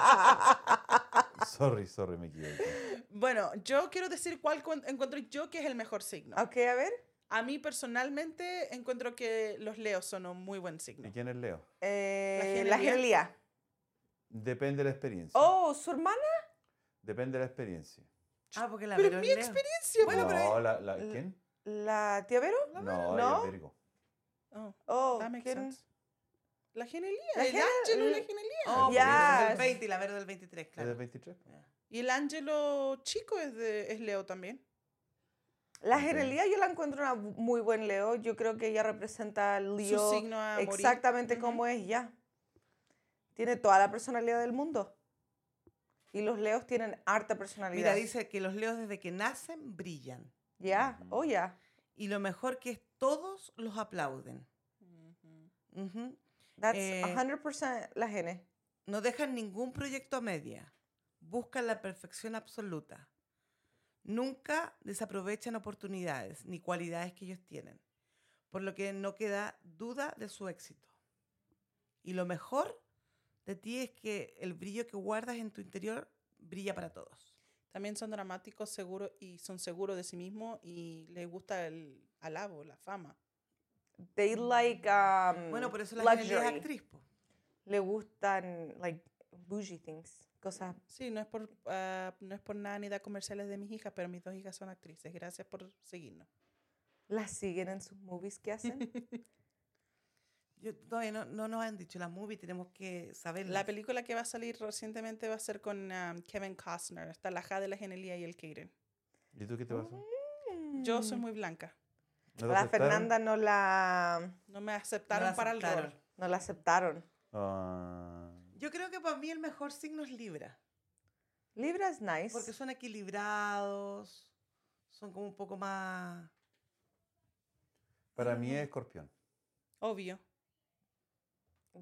S3: no. Sorry, sorry, me equivoqué.
S4: Bueno, yo quiero decir cuál cuen- encuentro yo que es el mejor signo.
S1: ok, a ver.
S4: A mí personalmente encuentro que los leos son un muy buen
S3: ¿Y
S4: signo.
S3: quién es Leo?
S1: Eh,
S4: La
S1: la
S4: Genelia.
S1: Genelia.
S3: Depende de la experiencia.
S1: Oh, su hermana.
S3: Depende de la experiencia.
S2: Ah, porque la
S4: Pero
S2: Vero
S4: mi
S2: es Leo.
S4: experiencia,
S3: no,
S4: bueno, pero...
S3: la, la- ¿quién?
S1: La tía Vero.
S3: No,
S1: ¿No?
S3: ella es Virgo.
S4: Oh,
S1: Oh,
S4: that makes
S1: ¿quién?
S4: sense. La Genelia,
S1: La
S4: el
S1: Gene-
S4: Ángelo, la
S1: l-
S4: Genelia.
S2: Oh, porque
S1: Ya.
S2: son del 20 y la Vero del 23,
S3: Ella es
S2: claro.
S3: 23.
S4: Y el Ángelo chico es, de, es Leo también.
S1: La
S3: Ok.
S1: Genelia yo la encuentro una bu- muy buen Leo. Yo creo que ella representa al Leo.
S4: Su signo a morir.
S1: exactamente
S4: Ujú.
S1: como es ya. Tiene toda la personalidad del mundo. Y los leos tienen harta personalidad.
S2: Mira, dice que los leos desde que nacen brillan.
S1: Ya,
S3: Ujú.
S1: oh ya.
S2: Y lo mejor que es, todos los aplauden.
S4: Ujú.
S2: Ujú.
S1: That's
S2: Eh,
S1: 100% la gene.
S2: No dejan ningún proyecto a media. Buscan la perfección absoluta. Nunca desaprovechan oportunidades ni cualidades que ellos tienen, por lo que no queda duda de su éxito. Y lo mejor de ti es que el brillo que guardas en tu interior brilla para todos.
S4: También son dramáticos seguro, y son seguros de sí mismos y les gusta el alabo, la fama.
S1: They like
S4: Mm.
S1: um,
S2: Bueno, por eso la gente es
S1: luxury.
S2: actriz. po.
S1: Le gustan like bougie things, cosas.
S4: Sí, no es por, ah, no es por nada ni dar comerciales de mis hijas, pero mis dos hijas son actrices. Gracias por seguirnos.
S1: Las siguen en sus movies que hacen.
S2: Yo- todavía no, no nos han dicho la movie, tenemos que saberla.
S4: La película que va a salir recientemente va a ser con um, Kevin Costner. Está la Jade, la Genelia y el Kaden.
S3: ¿Y tú qué te pasó?
S4: Yo
S1: Mm.
S4: soy muy blanca.
S3: ¿No te
S1: A la
S3: aceptaron?
S1: Fernanda no la
S4: No me aceptaron para el
S2: aceptaron.
S4: rol.
S1: no la aceptaron.
S3: Ah,
S2: Yo creo que para mí el mejor signo es Libra.
S1: Libra es nice.
S2: Porque son equilibrados, son como un poco más...
S3: para mí es Escorpión.
S4: Obvio.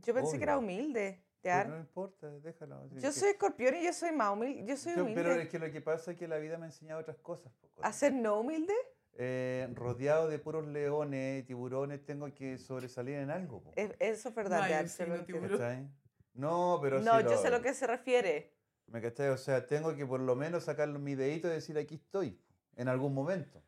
S1: Yo pensé que era
S3: Obvio.
S1: humilde. de
S3: Pero
S1: ar-
S3: no importa, déjalo. así
S1: Yo
S3: que-
S1: soy escorpión y yo soy más humilde. Yo soy
S3: Yo-
S1: humilde.
S3: pero es que lo que pasa es que la vida me ha enseñado otras cosas. po,
S1: ¿A
S3: Cori.
S1: ser no humilde?
S3: Eh, rodeado de puros leones y tiburones, tengo que sobresalir en algo. po,
S1: Es- eso es verdad,
S2: No hay
S1: de
S2: un
S1: ar, yo lo
S2: signo
S1: entiendo.
S2: tiburón.
S3: ¿cachai? No, pero
S1: No,
S3: sí
S1: yo sé
S3: logro.
S1: lo que se refiere.
S3: ¿Me cachai? O sea, tengo que por lo menos sacar mi dedito y decir aquí estoy, en algún momento.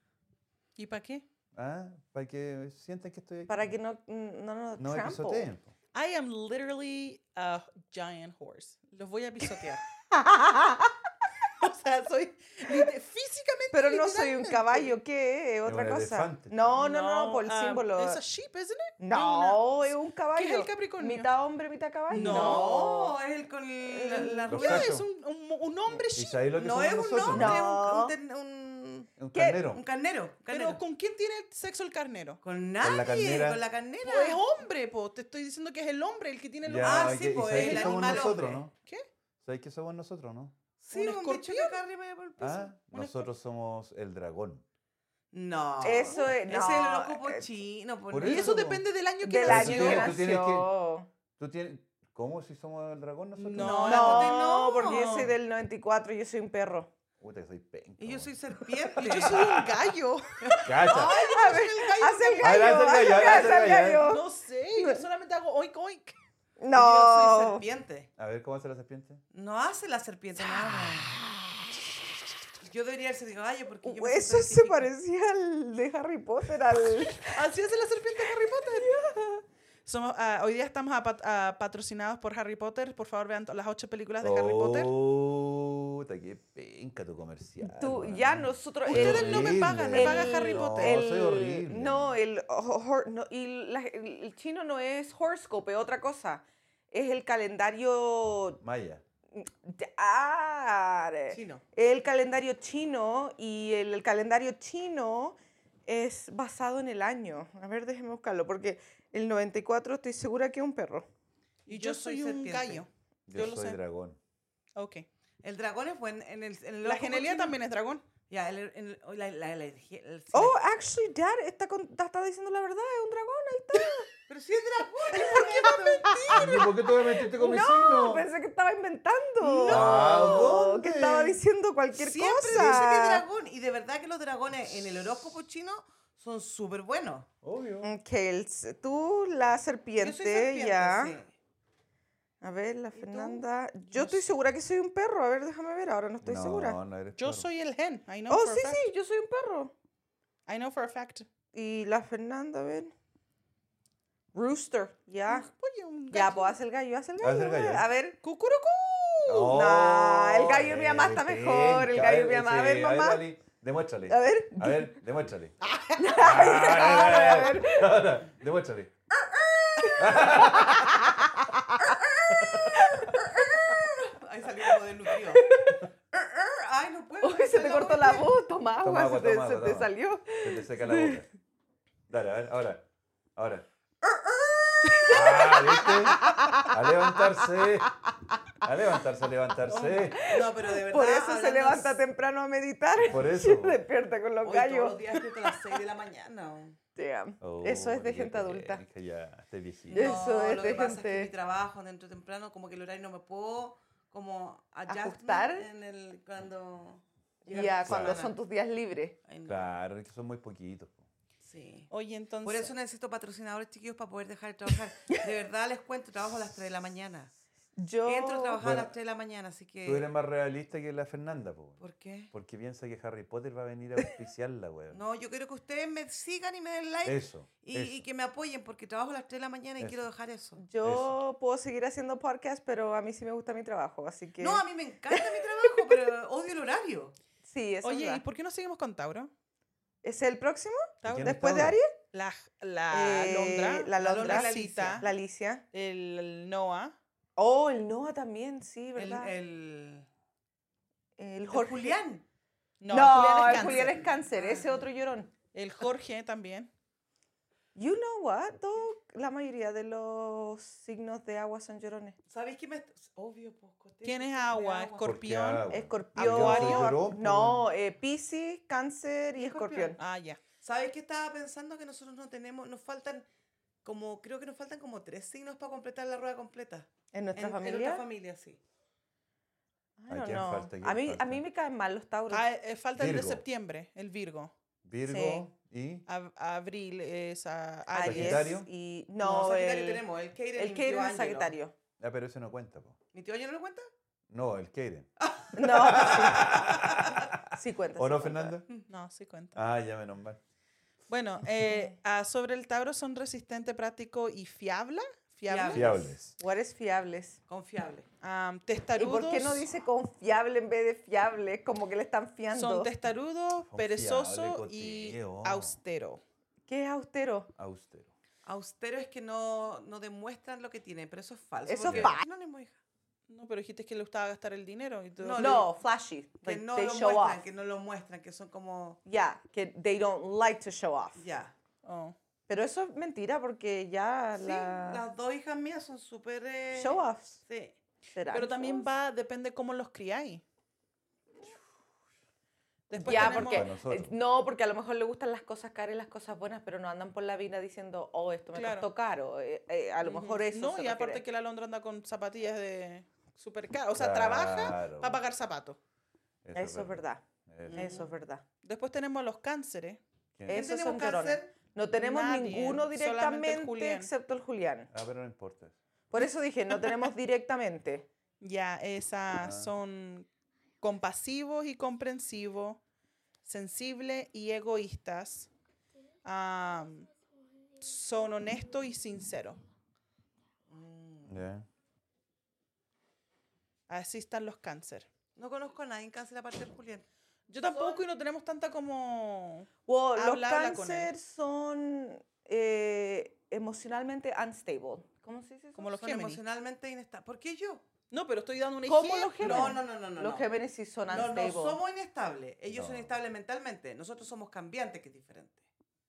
S4: ¿Y para qué?
S3: ¿Ah? Para que sientan que estoy aquí.
S1: Para que no, mm, no nos
S3: no me
S1: trample.
S3: pisoteen. po.
S4: I am literally a giant horse. Los voy a pisotear. o sea, soy lite- físicamente.
S1: Pero no soy un
S4: literalmente.
S1: caballo, ¿qué? Es otra
S3: un
S1: cosa.
S3: elefante.
S1: No, no, no, por el
S4: um,
S1: símbolo.
S4: It's a sheep, isn't it?
S1: No,
S4: una-
S1: es un caballo.
S4: ¿Qué es el Capricornio?
S1: Mitad hombre, mitad caballo.
S2: No, es el con la, la
S3: Los
S2: rueda.
S3: cachos.
S4: Es un, un, un hombre
S3: ¿Y
S4: sheep.
S3: sabéis lo que
S2: No
S3: somos
S2: es un
S3: nosotros?
S2: hombre, es un-
S1: No.
S2: un, ten- un,
S3: Es un
S1: ¿Qué?
S3: carnero.
S2: un carnero. un
S4: Pero
S2: carnero.
S4: ¿con quién tiene sexo el carnero?
S2: Con nadie, con la carnera.
S3: carnera.
S4: Po, es hombre, po. Te estoy diciendo que es el hombre el que tiene los.
S2: Ya. Ah,
S3: ¿y
S2: sí,
S3: qué- y
S2: po,
S3: sabéis
S2: el
S3: que somos
S2: animal
S3: nosotros,
S2: hombre.
S3: ¿no?
S4: ¿Qué?
S3: ¿Sabéis que somos nosotros, no?
S2: Sí,
S4: ¿Un
S2: un, bicho que
S4: escorpión?
S2: cae arriba por el piso.
S3: Ah,
S4: un escor-
S3: nosotros somos el dragón.
S2: No.
S1: Eso es-
S2: Ese es el
S1: no,
S2: horóscopo
S1: eh,
S2: chino. por
S3: por
S4: Y
S2: Dios.
S4: eso
S3: po.
S4: depende del año que
S1: Del
S3: Pero
S1: año
S3: si
S1: que
S3: tú tienes- tú tienes
S4: nació.
S3: que-
S1: nació.
S3: ¿Tú tienes... ¿Cómo si somos el dragón nosotros?
S4: No, la
S1: No,
S4: Cote no.
S1: porque yo soy del 94, yo soy un perro.
S3: Puta, que soy penca.
S2: Y yo
S3: weón.
S2: soy serpiente.
S4: Yo soy un gallo.
S3: Cacha.
S1: A ver, haz el gallo,
S3: Adelante el
S1: haz el
S3: gallo,
S1: gallo,
S3: adelante
S1: haz el
S3: el gallo.
S1: gallo.
S4: No sé, yo solamente hago oink oink.
S2: Yo soy
S1: No.
S2: serpiente.
S3: A ver, ¿cómo hace la serpiente?
S2: No hace la serpiente nada. Yo debería ser gallo porque yo me
S1: Eso se
S2: identifico.
S1: parecía al de Harry Potter, al...
S4: Así hace la serpiente Harry Potter. Somos, ah, hoy día estamos a pat- a patrocinados por Harry Potter. Por favor, vean to- las ocho películas de Harry Potter.
S3: Oh. Puta, qué penca tu comercial.
S1: Tú,
S3: weón.
S1: ya nosotros...
S3: Soy
S4: Ustedes no me
S3: horrible.
S4: pagan, me paga Harry Potter.
S3: No, soy horrible.
S1: No, el, ho- hor- no, y la- el el chino no es horoscope, es otra cosa. Es el calendario...
S3: Maya.
S1: Ah,
S4: Chino.
S1: El calendario chino y el, el calendario chino es basado en el año. A ver, déjeme buscarlo, porque el 94 estoy segura que es un perro.
S4: Y yo, soy, un
S2: serpiente.
S4: gallo.
S3: Yo,
S4: Yo lo
S3: soy
S4: sé.
S3: dragón.
S4: Ok.
S2: El dragón es buen en el en el
S4: La
S2: horóscopo
S4: genialidad
S2: chino-
S4: también es dragón.
S2: Ya, el, el- el- la, la, la- el-
S1: Oh, actually, Dad está, con- está- está diciendo la verdad, es un dragón, ahí está.
S2: pero si es dragón. ¿Por qué va a mentir?
S3: ¿Y ¿Por qué tú me metiste con mi
S1: Ah, No,
S3: signo?
S1: pensé que estaba inventando.
S3: ¿A
S1: que
S3: dónde?
S1: estaba diciendo cualquier
S2: Siempre
S1: cosa.
S2: dice que es dragón y de verdad que los dragones en el horóscopo chino son súper buenos.
S3: Obvio.
S1: Ok, el s- tú, la
S2: Yo
S1: serpiente,
S2: soy serpiente,
S1: ya.
S2: sí.
S1: A ver, la
S2: tú?
S1: Fernanda. Yo
S4: No
S1: estoy
S4: sé.
S1: segura que soy un perro. A ver, déjame ver, ahora no estoy
S3: no,
S1: segura.
S3: No, eres
S4: Yo
S3: perro.
S4: soy el gen. I know
S1: Oh,
S4: for
S1: sí,
S4: a fact.
S1: sí, yo soy un perro.
S4: I know for a fact.
S1: Y la Fernanda, a ver. Rooster, ya.
S4: Oye, un gallo.
S1: Ya, pues haz el gallo, haz el gallo.
S3: Haz el gallo. Oh,
S1: A ver.
S4: Cucurucú.
S3: No,
S1: nah, el gallo de mi mamá está
S3: eres
S1: mejor, el
S3: penca. eh,
S1: gallo de mi mamá. A
S3: sí,
S1: ver, mamá.
S3: Lali, demuéstrale.
S1: A ver.
S3: A ver, demuéstrale.
S1: Ahora,
S3: Ah,
S1: a ver.
S3: Ahora, demuéstrale.
S2: Ahí salió como de nutrido. Ay, no puedo.
S1: Uy, se te cortó la voz, toma agua,
S3: Toma agua,
S1: se te,
S3: toma
S1: se
S3: agua, Pues
S1: te
S3: toma.
S1: salió.
S3: Se te seca la boca. Dale, a ver, ahora. Ahora. Ah, ¿viste? A levantarse. A levantarse, a levantarse.
S2: Oh, No, pero de verdad.
S1: Por eso se
S2: hablando
S1: levanta temprano a meditar.
S3: Por
S1: y
S3: eso,
S1: se
S3: po.
S1: despierta con los
S2: hoy Todos los
S1: gallos.
S2: días despierto a las 6 de la mañana.
S1: Damn.
S3: Oh,
S1: eso es de
S3: ya
S1: gente
S3: te
S1: adulta.
S3: dije, Ya, estoy viejito.
S1: Eso es
S2: lo
S1: de
S2: que pasa es
S1: gente-
S2: que mi trabajo dentro temprano, como que el horario no me puedo como adjustment
S1: ¿Ajustar?
S2: en el cuando llega
S1: Ya,
S2: el fin de
S1: cuando
S2: semana.
S1: son tus días libres.
S2: Ay, no,
S3: Claro, es que son muy poquitos. po.
S2: Sí.
S4: Oye, entonces.
S2: Por eso necesito patrocinadores chiquillos para poder dejar de trabajar. De verdad les cuento, trabajo a las 3 de la mañana.
S1: Yo.
S2: Entro a trabajar a las
S3: Bueno,
S2: 3 de la mañana, así que
S3: Tú eres más realista que la Fernanda, po.
S2: ¿Por qué?
S3: Porque piensa que Harry Potter va a venir a auspiciarla, weón.
S2: No, yo quiero que ustedes me sigan y me den like
S3: Eso.
S2: y,
S3: eso.
S2: y que me apoyen porque trabajo a las 3 de la mañana y
S3: Eso.
S2: quiero dejar eso.
S1: Yo puedo seguir haciendo podcast, pero a mí sí me gusta mi trabajo, así que.
S2: No, a mí me encanta mi trabajo, pero odio el horario.
S1: Sí, eso
S4: Oye, ¿y
S1: es.
S4: por qué no seguimos con Tauro?
S1: ¿Es el próximo?
S4: Tauro.
S3: quién es
S1: ¿Después de
S3: Tauro?
S1: Aries?
S4: La, la
S1: Eh,
S4: Londra.
S1: la Londra,
S2: la
S4: Cita.
S1: La Alicia.
S4: el, el Noah.
S1: Oh, el Noah también, sí,
S2: El,
S1: ¿verdad? El,
S2: el, el
S1: Jorge.
S2: Julián.
S1: No,
S4: No, Julián
S1: el
S4: es
S1: Julián
S4: cáncer.
S1: es cáncer, ese otro llorón.
S4: El Jorge también.
S1: You know what, though? La mayoría de los signos de agua son llorones.
S2: ¿Sabéis qué me.? Obvio, pues. Coté,
S4: ¿Quién es
S2: de
S4: agua?
S3: ¿Por qué
S4: Escorpión.
S3: agua?
S1: Escorpión.
S3: Acuario. ah, Lloró, pues. po.
S1: No, eh, Piscis, Cáncer y
S2: Escorpión.
S1: Escorpión.
S4: Ah, ya.
S2: ¿Sabéis qué estaba pensando? Que nosotros no tenemos. Nos faltan. Como, creo que nos faltan como tres signos para completar la rueda completa.
S1: ¿En
S2: En,
S1: nuestra
S2: en
S1: familia?
S2: otra familia, sí.
S1: I don't
S3: ¿A quién
S1: know.
S3: falta? ¿A quién
S1: a, mí, a
S3: falta?
S1: mí me caen mal los Tauros.
S4: Ah, eh, falta el de
S3: Virgo.
S4: septiembre, el Virgo.
S3: Virgo y.
S4: Ab- abril es ah,
S1: Aries
S4: Aries.
S3: Sagitario.
S1: y... No,
S2: Sagitario
S1: el,
S2: tenemos. El Keire
S1: el Keirón es Sagitario.
S3: Ah, pero ese no cuenta, po.
S2: ¿Mi tío Año no lo cuenta?
S3: No, el Keiden.
S1: No, sí. Sí cuenta.
S3: ¿O
S1: sí
S3: no,
S1: Ah, cuenta.
S3: Fernanda?
S4: No, sí cuenta.
S3: Ah, ya menos mal.
S4: Bueno, eh, ah, sobre el Tauro son resistente, práctico y fiable.
S1: Ah,
S4: Fiable.
S2: Fiable.
S3: Fiables.
S1: What is fiables?
S2: Confiable.
S4: Am,
S1: ¿Y
S4: testarudos.
S1: por qué no dice confiable en vez de fiable? Es Como que le están fiando.
S4: Son testarudo,
S3: Confiable,
S4: perezoso y
S3: cotilleo.
S4: austero.
S1: ¿Qué es austero?
S3: Austero.
S2: Austero es que no, no demuestran lo que tienen, pero eso es falso.
S1: Eso es
S2: porque-
S1: falso.
S2: No, no, no, hija.
S4: No, pero dijiste que le gustaba gastar el dinero. Y todo.
S2: No,
S1: No, flashy.
S2: Que
S1: Like,
S2: no
S1: they
S2: lo
S1: show
S2: muestran,
S1: off.
S2: que no lo muestran, que son como.
S1: Yeah, que they don't like to show off.
S2: Ya.
S4: Oh.
S1: Pero eso es mentira porque ya
S2: Sí,
S1: la...
S2: las dos hijas mías son súper. eh,
S1: Show offs.
S2: Sí.
S1: serán
S4: Pero también
S1: show offs.
S4: va, depende cómo los criáis. Después
S1: Ya,
S4: tenemos-
S1: porque...
S3: Para nosotros.
S1: eh, No, porque a lo mejor le gustan las cosas caras y las cosas buenas, pero no andan por la vida diciendo, oh, esto me
S4: Claro.
S1: costó caro. eh, eh, a lo
S4: Ujú.
S1: mejor eso
S4: No,
S1: se
S4: y aparte
S1: refiere.
S4: que la Londra anda con zapatillas de super caro. O sea, trabaja
S3: Claro.
S4: para pagar zapatos.
S1: Eso es verdad.
S3: Eso.
S1: Eso es verdad.
S4: Después tenemos los cánceres.
S3: ¿Quién?
S1: Esos
S2: tenemos
S1: son llorones.
S2: cáncer?
S1: No tenemos
S4: Nadie,
S1: ninguno
S4: solamente el
S1: directamente
S4: Julián.
S1: excepto el Julián.
S3: Ah, pero no importa.
S1: Por eso dije, no tenemos directamente.
S4: Ya, esas
S3: Ah.
S4: son compasivos y comprensivos, sensibles y egoístas. am, son honestos y sinceros.
S2: Mm.
S3: Ya.
S4: Así están los cáncer.
S2: No conozco a nadie en cáncer aparte de Julián.
S4: Yo tampoco y no tenemos tanta como...
S1: Wow, los
S4: Habla, habla con él.
S1: cáncer son eh, emocionalmente unstable. ¿Cómo se dice eso?
S4: Como los
S2: Son
S4: Géminis.
S2: emocionalmente inestables. ¿Por qué yo?
S4: No, pero estoy dando un
S1: ¿Cómo
S4: ejemplo.
S1: los Géminis?
S2: No, no, no, no. no
S1: los
S2: no.
S1: Géminis sí son
S2: No,
S1: unstable.
S2: no somos inestables. Ellos son
S3: No.
S2: inestables mentalmente. Nosotros somos cambiantes, que es diferente.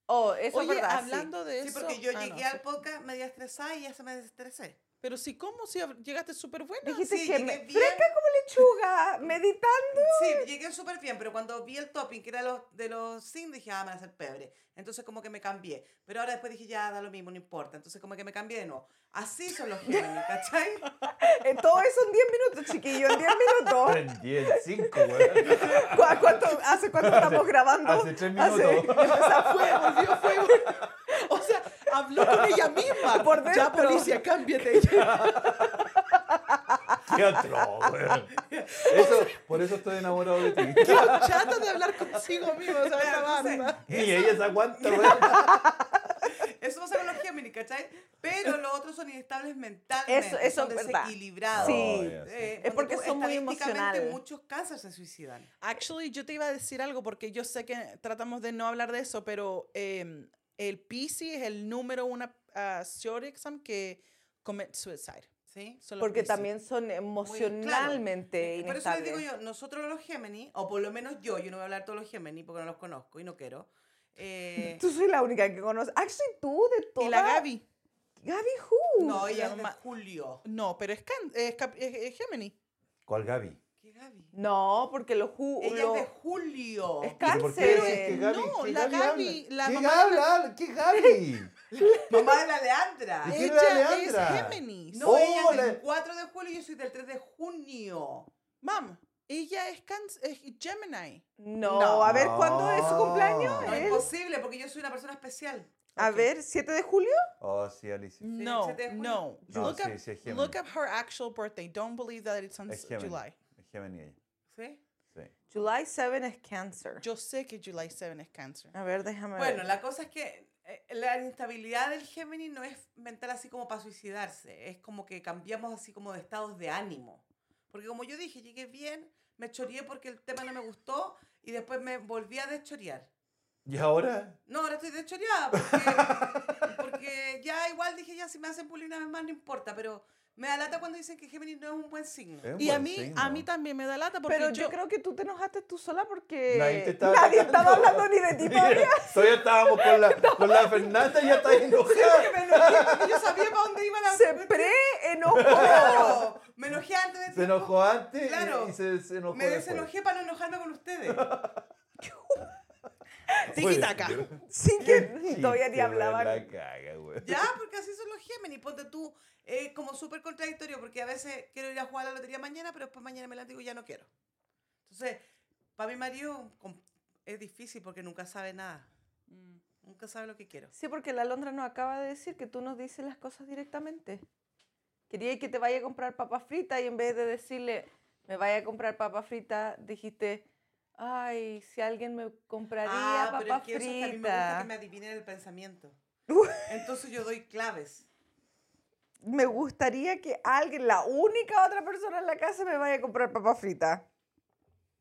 S1: Oh, eso
S4: Oye,
S1: es verdad. sí.
S4: hablando de
S2: Sí,
S4: eso...
S2: porque yo
S4: Ah, no,
S2: llegué
S4: sí.
S2: al podcast media estresada y ya se me desestresé.
S4: Pero si, ¿cómo? Si hab- llegaste súper buena.
S1: Dijiste
S2: sí,
S1: que
S2: llegué
S1: me-
S2: bien.
S1: fresca como lechuga, meditando.
S2: Sí, llegué súper bien, pero cuando vi el topping, que era los, de los sin, dije, ah, me van a hacer pebre. Entonces como que me cambié. Pero ahora después dije, ya, da lo mismo, no importa. Entonces como que me cambié de nuevo. Así son los Géminis, ¿cachai?
S1: Eh, todo eso en 10 minutos, chiquillo, en 10 minutos.
S3: Aprendí el 5, weón.
S1: ¿Cu- cuánto- ¿Hace cuánto estamos grabando?
S3: hace tres minutos.
S4: fue, volvió, fue. O sea, habló con ella misma.
S1: Por
S4: ya,
S1: dentro.
S4: policía, cámbiate.
S3: Qué atroz, weón. Eso, por eso estoy enamorado de ti.
S4: Chata de hablar consigo mismo. O sea,
S2: Claro,
S4: esta
S2: no sé.
S4: barba.
S3: Y ella se aguanta, weón.
S2: Eso pasa con los Géminis, ¿cachai? Pero los otros son inestables mentalmente.
S1: Eso- eso
S2: son
S1: es verdad.
S2: desequilibrados.
S1: Sí.
S3: Oh, ya, sí.
S2: Eh,
S1: Es
S2: ponte
S1: porque
S2: tú,
S1: son muy
S2: estadísticamente
S1: emocionales.
S2: muchos cánceres se suicidan.
S4: Actually, yo te iba a decir algo porque yo sé que tratamos de no hablar de eso, pero eh, el Pisces es el número uno uh, theory exam que commit suicide.
S2: ¿Sí?
S4: Son los
S1: Porque
S4: Piscis.
S1: también son emocionalmente
S2: Por eso les digo
S1: inestables.
S2: yo, nosotros los Géminis, o por lo menos yo, yo no voy a hablar todos los Géminis porque no los conozco y no quiero. Eh,
S1: Tú soy la única que conoce. Actually, tú de todas.
S4: ¿Y la Gaby?
S1: Gaby Who.
S2: no,
S4: la
S2: ella es de
S4: mamá-
S2: Julio.
S4: No, pero es, can, es, cap- es- es Géminis.
S3: ¿Cuál Gaby?
S2: ¿Qué Gaby?
S1: No, porque los Who.
S2: Ella
S1: lo-
S2: es de Julio.
S1: Es
S3: ¿Pero por qué dices
S1: cáncer.
S3: que Gaby?
S4: No,
S3: ¿Qué
S4: la Gaby,
S3: habla?
S4: la
S3: ¿Qué
S4: mamá
S3: Gaby habla? ¿Qué Gaby?
S2: Mamá de la Leandra.
S3: ¿Y qué
S4: Ella
S3: era
S4: es
S3: Leandra?
S4: Géminis.
S2: No,
S3: Oh,
S2: ella es del
S3: la-
S2: 4 de julio y yo soy del 3 de junio.
S4: Mam, ella es, cáncer- es Gemini.
S1: No,
S4: No.
S1: a ver, ¿cuándo es su
S3: No.
S1: cumpleaños?
S2: No,
S1: Él-
S2: imposible, porque yo soy una persona especial.
S1: A
S4: Ok.
S1: ver, ¿7 de julio?
S3: Oh, sí, Alicia.
S4: No,
S2: siete de junio.
S4: no.
S3: No,
S4: look,
S3: sí,
S4: up,
S3: sí, es Gemini.
S4: look up her actual birthday. Don't believe that it's on
S3: Es
S4: s-
S3: Gemini.
S4: July.
S3: Es Gemini ella.
S2: ¿Sí?
S3: Sí.
S1: July 7 es cáncer.
S4: Yo sé que July 7 es cáncer.
S3: Ah,
S1: A ver, déjame
S2: Bueno,
S1: ver.
S2: la cosa es que eh, la inestabilidad del Géminis no es mental así como para suicidarse, es como que cambiamos así como de estados de ánimo. Porque como yo dije, llegué bien, me choreé porque el tema no me gustó y después me volví a deschorear.
S3: ¿Y ahora?
S2: No, ahora estoy deschoreada porque, porque ya igual dije, ya si me hacen bullying una vez más no importa, pero me da lata cuando dicen que Géminis no es un buen signo.
S3: Es un
S4: Y a
S3: buen
S4: mí,
S3: signo.
S4: a mí también me da lata porque
S1: Pero yo,
S4: yo,
S1: creo que tú te enojaste tú sola porque
S3: Nadie te estaba
S1: nadie
S3: atacando.
S1: estaba hablando ni de ti todavía.
S3: Todavía estábamos con la, con la Fernanda y ya está enojada.
S2: Me enojé porque yo sabía para dónde iba la...
S1: Se pre-enojó.
S2: ¡Claro! Me enojé antes de
S3: Se enojó antes y-
S2: Claro.
S3: y se, se enojó
S2: Me
S3: después.
S2: desenojé para no enojarme con ustedes.
S4: Tiki-taka.
S3: Oye,
S1: Sin que todavía ni
S3: chiste,
S1: hablaban.
S3: güey, La caga, güey.
S2: Ya, porque así son los Géminis. Ponte tú eh, como súper contradictorio, porque a veces quiero ir a jugar a la lotería mañana, pero después mañana me la digo ya no quiero. Entonces, para mi marido com- es difícil porque nunca sabe nada.
S4: Mm.
S2: Nunca sabe lo que quiero.
S1: Sí, porque la Londra nos acaba de decir que tú nos dices las cosas directamente. Quería que te vaya a comprar papas fritas y en vez de decirle, me vaya a comprar papas fritas, dijiste, Ay, si alguien me compraría
S2: Ah, pero
S1: papas
S2: es que eso es que a mí me gusta
S1: fritas.
S2: que me adivinen el pensamiento.
S1: Uh.
S2: Entonces yo doy claves.
S1: Me gustaría que alguien, la única otra persona en la casa, me vaya a comprar papas fritas.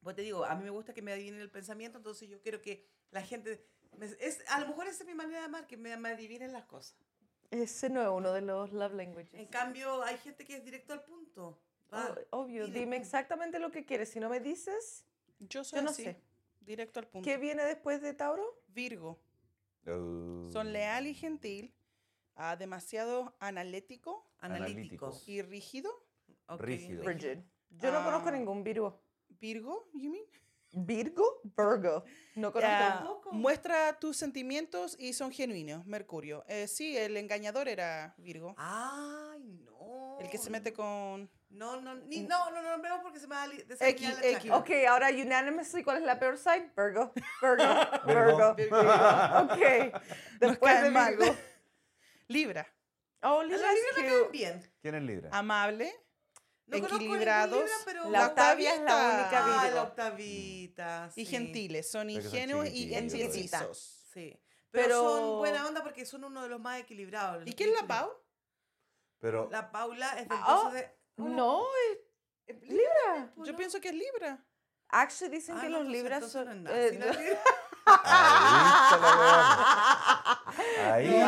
S2: Pues te digo, a mí me gusta que me adivinen el pensamiento, entonces yo quiero que la gente... me- es, a lo mejor esa es mi manera de amar, que me, me adivinen las cosas.
S1: Ese no es uno de los love
S2: En
S1: languages.
S2: cambio, hay gente que es directo al punto. Va,
S1: Oh, obvio,
S2: dile,
S1: dime
S2: pum.
S1: exactamente lo que quieres. Si no me dices,
S4: Yo soy
S1: Yo no
S4: así,
S1: sé.
S4: directo al punto.
S1: ¿qué viene después de Tauro?
S4: Virgo,
S3: Oh.
S4: son leal y gentil, ah, demasiado analítico
S2: analíticos.
S4: y rígido.
S2: Ok,
S3: Rígido.
S1: Virgin. Yo no conozco
S4: Ah.
S1: ningún Virgo.
S4: Virgo, you mean?
S1: ¿Virgo? Virgo. No conozco.
S4: Ah,
S2: tampoco.
S4: muestra tus sentimientos y son genuinos, Mercurio. Eh, sí, el engañador era Virgo.
S1: Ah.
S2: Ay, no.
S4: El que se mete con...
S2: No, no, ni, no, no, no, nombremos porque se me va a li-
S4: X,
S2: desalinear la
S4: X.
S2: chaca.
S1: Ok, ahora unanimously, ¿cuál es la peor sign? Virgo. Virgo. Virgo.
S3: Virgo.
S1: Ok. Después de
S4: caen mal.
S1: Virgo.
S4: Libra,
S1: Oh,
S2: A la
S1: Libra
S2: Libra
S1: es
S2: me
S1: cute.
S2: caen bien.
S3: ¿Quién es Libra?
S2: Ah,
S4: amable,
S2: No conozco a ningún
S4: Equilibrados.
S2: Libra, pero...
S1: La Octavia es la
S4: Octavia
S1: única
S4: está-
S2: Ah,
S1: Virgo.
S2: la Octavita.
S4: y
S2: sí.
S4: gentiles. Son
S3: Pero que son
S4: ingenuos y
S3: chiquititos,
S1: yo creo.
S4: indecisos.
S2: Sí. Pero,
S1: Pero-
S2: son buena onda porque son uno de los más equilibrados.
S4: ¿Y
S2: los
S4: quién es la
S2: vírgenes.
S4: Pau?
S3: Pero
S2: La Paula es del
S1: Ah,
S2: 12 de... Hola.
S1: No, es- Libra.
S2: Pues
S4: Yo
S2: no.
S4: pienso que es Libra.
S1: Actually dicen
S2: Ah,
S1: que
S2: no,
S1: los
S2: entonces-
S1: Libras
S2: entonces no es
S1: son.
S2: nada,
S1: eh,
S2: si no es Libra.
S3: ahí está la weona. Ahí
S2: No, la-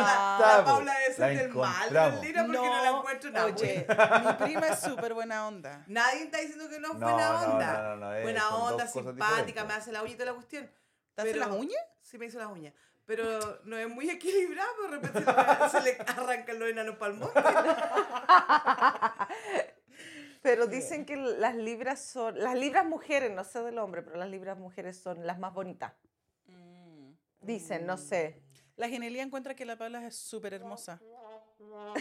S2: La
S3: está. po.
S2: Paula es
S3: La
S2: del mal,
S3: encontramos.
S2: Lira, porque no, la encuentro nada.
S4: Oye,
S2: buena.
S4: mi prima es súper buena onda.
S2: Nadie está diciendo que no es
S3: No,
S2: buena
S3: no,
S2: onda.
S3: no, no, no, eh,
S2: buena
S3: son dos
S2: onda,
S3: cosas
S2: simpática,
S3: diferentes.
S2: me hace la uña y toda la cuestión.
S4: ¿Te hace
S2: Pero-
S4: las uñas?
S2: Sí, me hizo las uñas. Pero no es muy equilibrado, de repente se le, se le arrancan los enanos para el monte.
S1: Pero dicen que las libras son, las libras mujeres, no sé del hombre, pero las libras mujeres son las más bonitas. Dicen,
S2: Mm.
S1: no sé.
S4: La Genelia encuentra que la Paula es súper hermosa.
S2: Oh.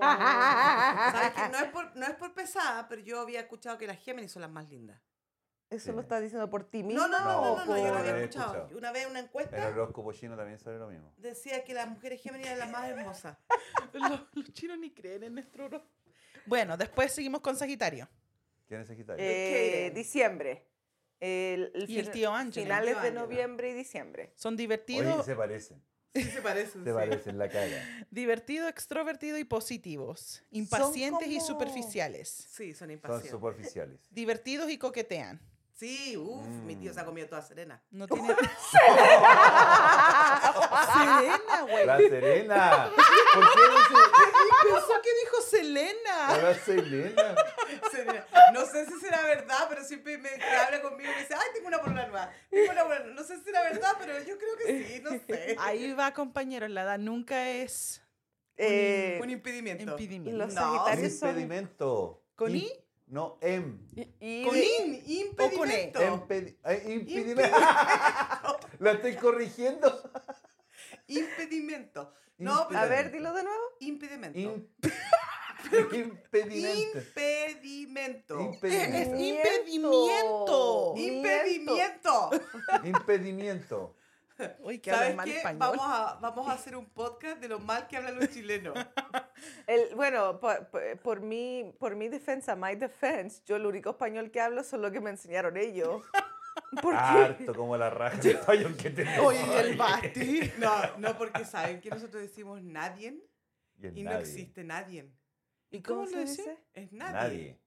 S2: ¿Sabes qué? No es, por, no es por pesada, pero yo había escuchado que las Géminis son las más lindas.
S1: Eso lo estás diciendo por ti mismo.
S2: No, no, no, no, no, no, yo lo
S3: No,
S2: había
S3: no, no,
S2: escuchado.
S3: escuchado.
S2: Una vez una
S3: El
S2: encuesta
S3: horóscopo chino también sabe lo mismo.
S2: decía que las mujeres Géminis eran las más hermosas.
S4: los, los chinos ni creen en nuestro oro. Bueno, después seguimos con Sagitario.
S3: ¿Quién es Sagitario?
S1: Eh,
S2: Kaden.
S1: diciembre. El, el
S4: Y el
S1: fina-
S4: tío Ángel.
S1: Finales
S2: Tío
S1: de
S2: Ángel.
S1: noviembre y diciembre.
S4: Son
S3: Oye,
S4: divertido,
S3: se parecen.
S2: Sí, se parecen.
S3: Se
S2: sí.
S3: parecen la cara.
S4: divertido, extrovertido y positivos. Impacientes y
S1: como-
S4: superficiales.
S2: Sí, son
S3: Son
S2: impacientes.
S3: superficiales.
S4: Divertidos y coquetean.
S2: Sí, uff, mi tío se ha
S3: Mm.
S2: comido toda serena.
S4: No tiene. Selena, güey.
S3: La Serena. ¿Por qué
S4: Pensó que dijo Selena.
S3: dice la Serena?
S2: Serena. No sé si será verdad, pero siempre me que habla conmigo y me dice, ay, tengo una polola nueva. Tengo una polola nueva". No sé si será verdad, pero yo creo que sí, no sé.
S4: Ahí va, compañeros. La edad nunca es
S1: Eh,
S2: Un impedimento.
S4: impedimento.
S1: los
S2: No,
S3: Un
S1: sagitarios son...
S3: impedimento.
S4: ¿Con
S3: Im-
S4: I?
S3: No, em.
S1: y- y-
S2: Con in,
S3: E.
S2: impedimento.
S3: Empedi- ay, impedimento. La estoy corrigiendo.
S2: Impedimento. No, pero
S1: a ver, dilo de nuevo.
S2: impedimento.
S3: Im- impedimento.
S2: Impedimento.
S3: Impedimento.
S4: impedimiento.
S2: Impedimento.
S3: Impedimento.
S4: Uy, que hablan
S2: ¿Sabes
S4: mal
S2: qué?
S4: español.
S2: Vamos a, vamos a hacer un podcast de lo mal que hablan los chilenos.
S1: El- bueno, por, por- por mi, por mi defensa, my defense, yo el único español que hablo son lo que me enseñaron ellos. Porque
S3: Harto como la raja de español que tenemos.
S4: Oye, y el Basti.
S2: No, no, porque saben que nosotros decimos nadie
S3: Y el
S2: y no
S3: nadie.
S2: existe nadie.
S4: ¿Y
S1: ¿Cómo,
S4: cómo
S1: se
S4: le
S1: dice?
S4: dice?
S2: Es nadie.
S3: Nadie.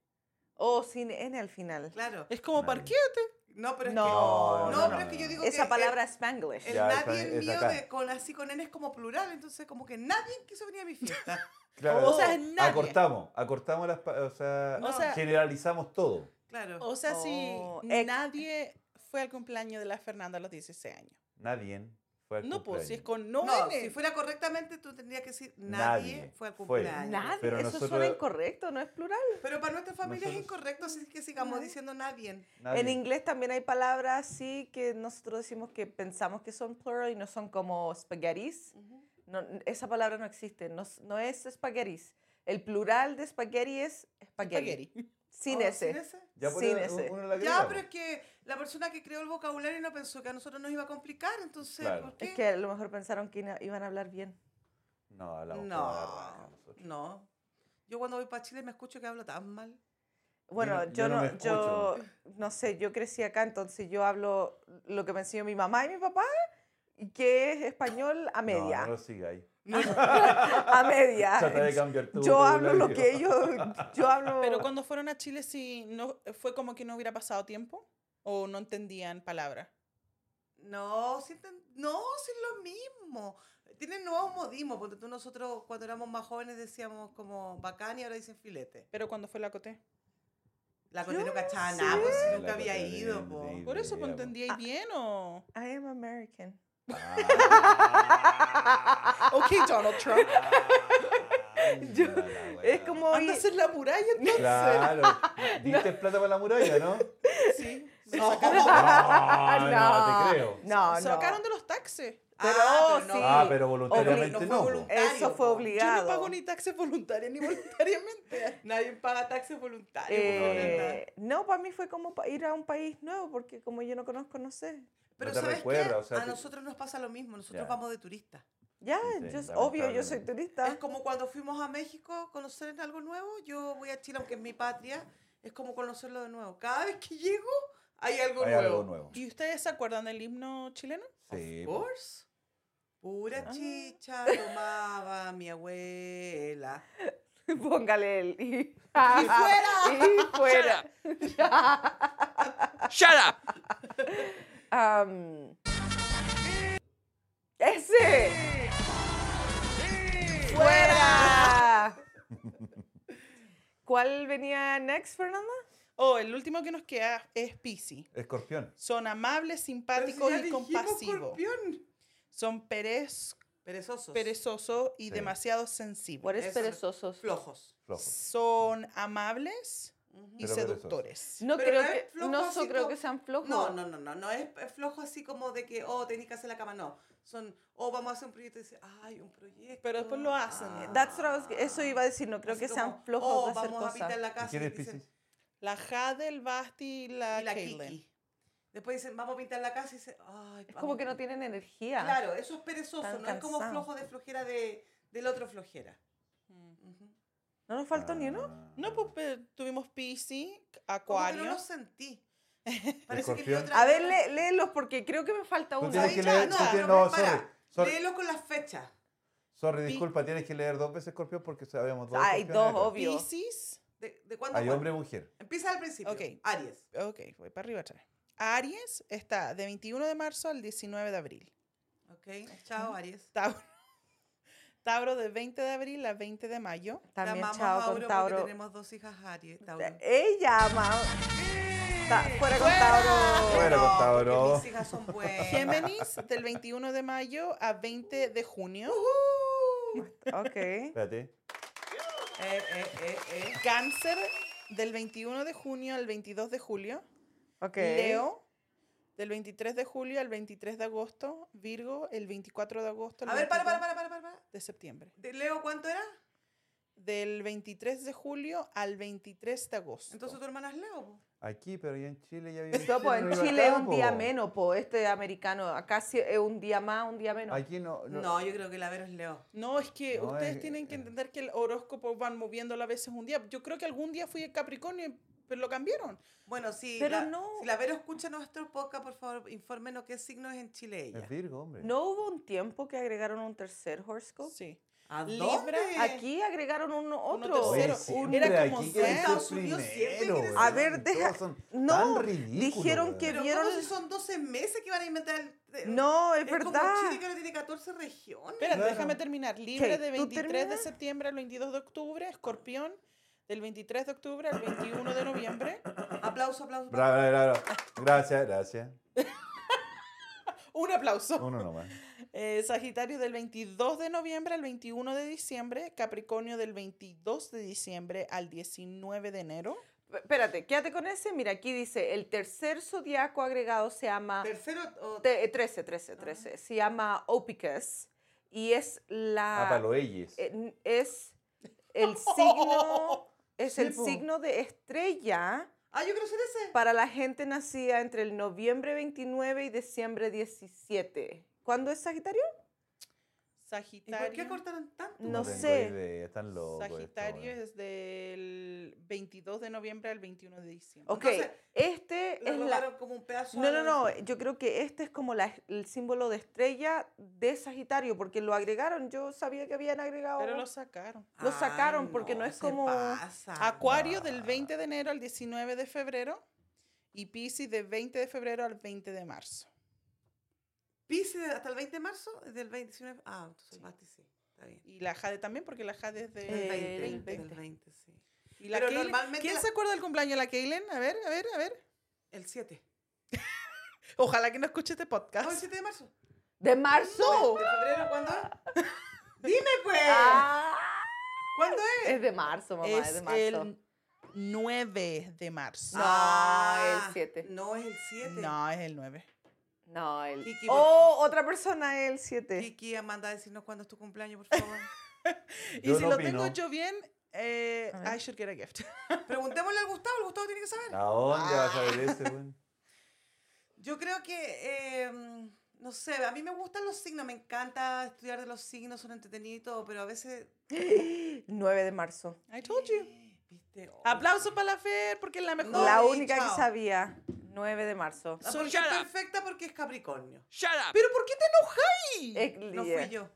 S1: Oh, sin N al final.
S2: Claro.
S4: Es como
S3: Nadie.
S4: parquéate.
S2: No, pero es
S1: No,
S2: que.
S1: no,
S2: No,
S1: no,
S2: pero es
S3: no,
S2: que yo
S3: no.
S2: digo que.
S1: Esa
S2: el-
S1: palabra es Spanglish.
S2: El,
S3: Ya, es
S2: nadie
S3: pa- es
S2: mío,
S3: acá.
S2: de, con así con N es como plural, entonces como que nadie quiso venir a mi fiesta.
S3: Claro,
S4: O sea, es nadie.
S3: Acortamos, acortamos las. pa- O sea,
S4: O sea-
S3: generalizamos todo.
S2: Claro.
S4: O sea, si
S1: Oh, ex-
S4: nadie fue al cumpleaños de la Fernanda a los 16 años.
S3: Nadie fue al
S4: No, pues si es
S3: cumpleaños.
S4: con no,
S2: no,
S4: N.
S2: si fuera correctamente tú tendrías que decir nadie,
S3: Nadie
S2: fue al
S3: fue.
S2: cumpleaños.
S1: Nadie,
S3: Pero
S1: eso suena
S3: nosotros-
S1: incorrecto, no es plural.
S2: Pero para nuestra familia es
S3: Nosotros-
S2: incorrecto, así que sigamos diciendo nadie.
S3: Nadie.
S1: En inglés también hay palabras así que nosotros decimos que pensamos que son plural y no son como spaghettis. No, n- esa palabra no existe, no, s- no es spaghettis. El plural de spaghetti es spaghetti.
S4: Spaghetti.
S1: Sin
S2: Oh,
S1: ese.
S2: sin ese.
S3: Ya, pues,
S1: sin
S3: uno-
S1: ese.
S3: uno la
S2: Ya,
S3: agrega,
S2: pero es
S3: pues.
S2: que la persona que creó el vocabulario no pensó que a nosotros nos iba a complicar, entonces,
S3: Claro.
S2: ¿por qué?
S1: Es que a lo mejor pensaron que ina- iban a hablar bien.
S3: No, hablamos como la raja
S2: No,
S3: nosotros.
S2: no. Yo cuando voy para Chile me escucho que hablo tan mal.
S1: Bueno,
S3: no-
S1: yo,
S3: yo no
S1: no,
S3: me
S1: yo no sé, yo crecí acá, entonces yo hablo lo que me enseñó mi mamá y mi papá, y que es español a media.
S3: No, no lo sigáis.
S1: A
S3: Trata de
S1: media.
S3: cambiar tu
S1: Yo hablo lo
S3: vocabulario.
S1: que ellos, yo hablo...
S4: Pero cuando fueron a Chile, sí, no, ¿fue como que no hubiera pasado tiempo? ¿O no entendían palabras?
S2: No, sí enten- no, sí es lo mismo. Tienen nuevos modismos, porque tú nosotros cuando éramos más jóvenes decíamos como bacán y ahora dicen filete.
S4: Pero cuando fue la Coté.
S2: La
S1: Yo
S2: Coté no
S1: no
S2: cachaba
S1: sé.
S2: nada, pues si
S3: La
S2: nunca había
S3: Coté no
S2: ido,
S3: tenía
S2: po.
S3: ni
S4: ¿Por
S3: idea,
S4: eso pues,
S3: po.
S4: entendíais bien o...?
S1: I am American.
S3: Ah.
S4: Ok, Donald Trump.
S1: Yo-
S3: Anda la wea.
S1: Es como...
S4: Anda a hacer la muralla entonces.
S3: Claro. ¿Diste plata para la muralla, no?
S4: Sí. Se
S2: No.
S4: sacaron,
S3: No, no, te creo.
S1: No, no.
S4: se sacaron de los taxis.
S1: Pero,
S2: Ah, pero
S1: sí.
S2: no.
S3: Ah, pero
S2: no
S3: voluntariamente
S2: fue
S3: no. po.
S2: voluntario.
S1: Eso fue
S2: po.
S1: obligado.
S4: Yo no pago ni taxis voluntarias ni voluntariamente.
S2: Nadie paga taxes voluntarios, po, la verdad.
S1: Eh, no, para mí fue como pa- ir a un país nuevo, porque como yo no conozco, no sé.
S2: Pero
S3: te
S2: ¿sabes qué?
S3: recuerda, o sea,
S2: a
S3: que-
S2: nosotros nos pasa lo mismo, nosotros
S3: Ya.
S2: vamos de turistas.
S1: Ya,
S3: Sí,
S1: yo, obvio, yo soy
S3: lamentablemente.
S2: Es
S1: turista.
S2: como cuando fuimos a México a conocer algo nuevo. Yo voy a Chile, aunque es mi patria, es como conocerlo de nuevo. Cada vez que llego, hay algo
S3: Hay
S2: nuevo.
S3: algo nuevo.
S4: ¿Y ustedes se acuerdan del himno chileno?
S2: Of
S3: Sí. po.
S2: course. Pura
S4: Ah.
S2: chicha tomaba mi abuela.
S1: Póngale el. Y,
S4: fuera.
S1: Y fuera.
S4: ¡Shut up!
S1: Am, Um, ¡Ese! ¡Fuera! ¿Cuál venía next, Fernanda?
S4: Oh, el último que nos queda es Pisi.
S3: Escorpión.
S4: Son amables, simpáticos y compasivos. Son perez,
S2: Perezosos.
S4: perezosos y
S3: Sí.
S4: demasiado sensibles.
S1: Por es
S2: Eso.
S1: perezosos.
S2: Flojos.
S3: Flojo.
S4: Son amables y
S3: Pero perezosos.
S4: seductores.
S1: No
S2: Pero
S1: creo
S2: no es
S1: que,
S2: flojo
S1: no
S2: así
S1: so- creo
S2: como-
S1: que sean flojos.
S2: No, no, no, no. No es es flojo así como de que, oh, tenés que hacer la cama. No. Son, oh, vamos a hacer un proyecto. Y dice, ay, un proyecto. Ah.
S4: Pero después lo hacen.
S1: That's what I was- eso iba a decir, no creo
S2: Así
S1: que
S2: como,
S1: sean flojos
S2: oh,
S1: de hacer
S2: vamos a pintar
S1: cosas.
S2: la casa.
S3: ¿Y quién es
S2: y dicen-
S3: Piscis?
S4: La Jade, el Basti y la,
S1: Ah,
S2: y la
S4: Caitlyn.
S2: Kiki. Después dicen, vamos a pintar la casa y dicen, ay,
S1: Es como que no tienen energía.
S2: Claro, eso es perezoso,
S1: Están
S2: no es como
S1: cansados.
S2: flojo de flojera de, del otro flojera.
S4: Mm.
S2: Ujú.
S1: ¿No nos faltó ni uno?
S3: Ah.
S4: No, pues pe- tuvimos Pisi,
S2: Como que
S4: Acuario.
S2: no lo sentí. Parece que leí
S3: Escorpión.
S2: otra
S1: A ver,
S2: vez.
S1: lé- léelos porque creo que me falta
S3: Tú
S1: uno.
S3: tienes que
S2: Ay, ya,
S3: leer. tú
S2: no,
S3: tienes-
S2: no,
S3: No, sorry.
S2: para.
S3: Sorry,
S2: Léelo con las fechas.
S3: sorry,
S4: Pi-
S3: disculpa, tienes que leer dos veces escorpión porque sabemos dos.
S1: Hay
S3: escorpiones
S1: dos,
S3: acá.
S1: obvio.
S4: Piscis.
S2: ¿De, de cuándo? a
S3: Hay
S2: cuándo.
S3: hombre y mujer.
S2: Empieza al principio.
S4: Ok.
S2: Aries.
S4: Ok, voy para arriba atrás. Aries está de 21 de marzo al 19 de abril.
S2: Ok, chao Aries.
S4: Tauro. Tauro de 20 de abril a 20 de mayo.
S1: También
S2: Llamamos a
S1: chao
S2: Auro
S1: con
S2: porque
S1: Tauro.
S2: tenemos dos hijas Aries. Tauro.
S1: Ella ama. Ta- fuera con
S4: ¡Fuera!
S1: Tauro.
S3: Fuera con Tauro.
S2: porque Mis hijas son buenas.
S4: Géminis del 21 de mayo a 20 de junio.
S1: Ok.
S3: Espérate.
S2: Eh, eh, eh, eh.
S4: Cáncer del 21 de junio al 22 de julio.
S1: Ok.
S4: Leo del 23 de julio al 23 de agosto. Virgo el 24 de agosto al
S2: A ver, para, para,
S4: 22
S2: para, para, para, para.
S4: de septiembre.
S2: De Leo, ¿cuánto era?
S4: Del 23 de julio al 23 de agosto.
S2: Entonces tu hermana es Leo. po.
S3: Aquí, pero ya en Chile ya vive.
S1: Esto, po, pues, en
S3: no iba
S1: Chile es
S3: acá,
S1: un
S3: po.
S1: día menos, po. Este americano. Acá sí es un día más, un día menos.
S3: Aquí no. no-
S2: No, yo creo que la Vero es Leo.
S4: No, es que
S3: No,
S4: ustedes
S3: es-
S4: tienen que
S3: eh.
S4: entender que el horóscopo van moviéndolo a veces un día. Yo creo que algún día fui a Capricornio, y- pero lo cambiaron.
S2: Bueno, sí.
S1: Pero
S2: la,
S1: no.
S2: Si la Vero escucha nuestro podcast, por favor, infórmenos qué signo es en Chile ella.
S3: Es Virgo, hombre.
S1: ¿No hubo un tiempo que agregaron un tercer
S2: Oh.
S1: horoscope?
S4: Sí.
S2: ¿A
S4: Libra,
S2: dónde?
S1: Aquí agregaron un otro.
S4: tercero.
S3: Oye,
S4: Cero.
S3: siempre
S4: Era como
S3: aquí quieren
S4: sea.
S3: ser
S2: Estados Unidos
S3: primero,
S2: siempre quiere
S3: weón.
S1: A ver, deja-
S3: Todos son
S1: no,
S3: tan ridículos,
S1: dijeron
S3: weón.
S1: que-
S2: Pero
S1: ¿Vieron
S2: ¿cómo
S1: el-
S2: si son 12 meses que van a inventar? el- de-
S1: No, es, verdad.
S2: Como Chile que ahora tiene 14 regiones.
S4: Espérate,
S3: Claro.
S4: déjame terminar. Libra
S1: Ok,
S4: de
S1: ¿tú
S4: 23 de
S1: terminas?
S4: septiembre al 22 de octubre. Escorpión del 23 de octubre al 21 de noviembre.
S2: Aplauso, aplauso. aplauso.
S3: Bravo, bravo, bravo. Gracias, gracias.
S4: Un aplauso.
S3: Uno nomás.
S4: Eh, Sagitario del 22 de noviembre al 21 de diciembre. Capricornio del 22 de diciembre al 19 de enero.
S1: P- Espérate, quédate con ese. Mira, aquí dice, el tercer zodiaco agregado se llama...
S2: Tercero o
S1: te- eh, 13, 13, 13. Se llama Opicus y es
S3: Ah,
S1: la...
S3: para los Eyes.
S1: en- es el signo... Es
S3: Sí,
S1: el
S3: po.
S1: signo de estrella
S2: Ah, yo quiero ser ese.
S1: para la gente nacida entre el noviembre 29 y diciembre 17. ¿Cuándo es Sagitario?
S2: ¿Y por qué
S4: Sagitario.
S2: cortaron tanto?
S1: No
S3: tengo
S1: sé.
S3: idea, están locos estos,
S4: Sagitario
S2: eh.
S3: weón.
S4: es del 22 de noviembre al 21 de diciembre.
S1: Ok,
S2: Entonces,
S1: este
S2: Le
S1: es la...
S2: robaron como un pedazo.
S1: No, no,
S2: al-
S1: no, yo creo que este es como la- el símbolo de estrella de Sagitario, porque lo agregaron, yo sabía que habían agregado...
S4: Pero
S1: algo.
S4: lo sacaron.
S1: Lo
S2: Ay,
S1: sacaron porque no es
S2: se
S1: como-
S2: pasa.
S4: Acuario del 20 de enero al 19 de febrero y Pisces del 20 de febrero al 20 de marzo.
S2: Pisces hasta el 20 de marzo, del 29. Ah, entonces el Basti sí, está bien.
S4: Y la Jade también, porque la Jade es
S2: Del
S1: Eh,
S4: de...
S2: 20,
S1: el
S2: Del
S1: 20.
S2: 20, sí.
S4: y la
S2: pero
S4: Keilen-
S2: normalmente
S4: ¿Quién
S2: la-
S4: se acuerda del cumpleaños de la Keilen? A ver, a ver, a ver.
S2: El 7.
S4: Ojalá que no escuche este
S2: ¿Oh, el
S4: podcast.
S2: 7 de marzo?
S1: ¿De marzo?
S2: ¿De febrero cuándo es? Dime, pues.
S1: Oh. Ah,
S2: ¿Cuándo es?
S1: es de marzo, mamá, es,
S4: es
S1: de marzo.
S4: el 9 de marzo.
S1: No. Ah, el 7.
S2: No, es el 7.
S4: No, es el 9.
S1: No, el...
S2: Kiki,
S1: Oh, otra persona es el 7.
S2: Kiki, Amanda, decirnos cuándo es tu cumpleaños, por favor.
S4: Y
S3: Yo
S4: si
S3: no
S4: lo
S3: opino.
S4: tengo yo bien, eh,
S1: A ver.
S4: I should get a gift.
S2: Preguntémosle al Gustavo, el Gustavo tiene que saber.
S3: ¿A dónde vas a
S1: Ah.
S3: ver este, ese, weón?
S2: Yo creo que, eh, mm, no sé, a mí me gustan los signos, me encanta estudiar de los signos, son entretenidos y todo, pero a veces...
S1: 9 de marzo.
S4: I told you.
S2: ¿Viste? Oh.
S4: Aplauso para la Fer, porque es la mejor.
S2: No,
S1: la
S2: y
S1: única
S2: chao.
S1: que sabía, 9 de marzo.
S2: La
S4: Son
S2: Patricia es
S4: shut up.
S2: perfecta porque es Capricornio.
S4: ¿Pero por qué te enojáis?
S1: Eh,
S2: No
S1: yeah.
S2: fui yo.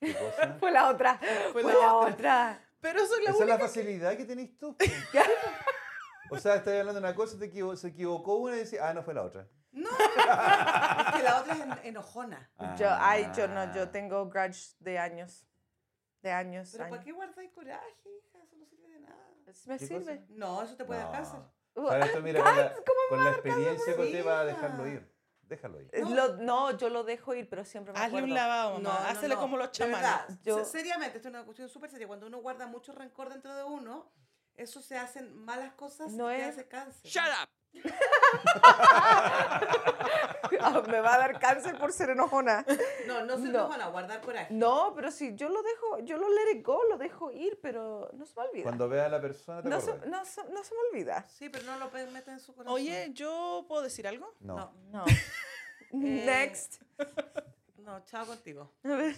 S3: ¿Qué cosa?
S1: Fue la otra. Fue,
S4: la
S1: la otra.
S4: Pero soy la
S3: Esa es
S4: única.
S3: la facilidad que tenéis tú. po. o sea, estás hablando de una cosa, te equivo- se equivocó una y decís, ah, no fue la otra.
S2: No, es que la otra es en- enojona.
S1: Yo, ay, yo
S3: Ah.
S1: no, yo tengo grudge de años. De años.
S2: Pero ¿para
S1: años. Pues
S2: qué guardáis coraje, hija? Eso no sirve de nada.
S1: ¿Me
S3: ¿Qué
S1: sirve?
S3: cosa?
S2: No, eso te puede dar
S3: No.
S2: cárcel.
S1: Uh,
S3: Para esto, mira, con
S2: pues,
S3: la, con la experiencia que
S2: huevo?
S3: te va a
S2: Hija.
S3: dejarlo ir. Déjalo ir.
S1: eh,
S2: No.
S1: lo- no, yo lo dejo ir, pero siempre me
S4: Hazle
S1: acuerdo.
S4: un lavado, mamá. Hazle como los
S2: de verdad,
S4: chamanes.
S2: se-
S1: Yo-
S2: seriamente, esto es una cuestión súper seria. Cuando uno guarda mucho rencor dentro de uno, eso se hacen malas cosas
S1: No
S2: y te
S1: es-
S2: hace cáncer.
S4: up.
S1: Ah, me va a dar cáncer por ser enojona.
S2: No, no se
S1: No.
S2: enojona, guardar coraje.
S1: No, pero si yo lo dejo, yo lo let it go, lo dejo ir, pero no se me olvida.
S3: Cuando veas a la persona, te
S1: no, se,
S3: acordás.
S1: no se- no se me olvida.
S2: Sí, pero no lo pe- meta en su corazón.
S4: Oye, ¿yo puedo decir algo?
S3: No.
S2: no.
S1: No.
S2: Eh,
S1: Next.
S2: No, chao contigo.
S1: A ver.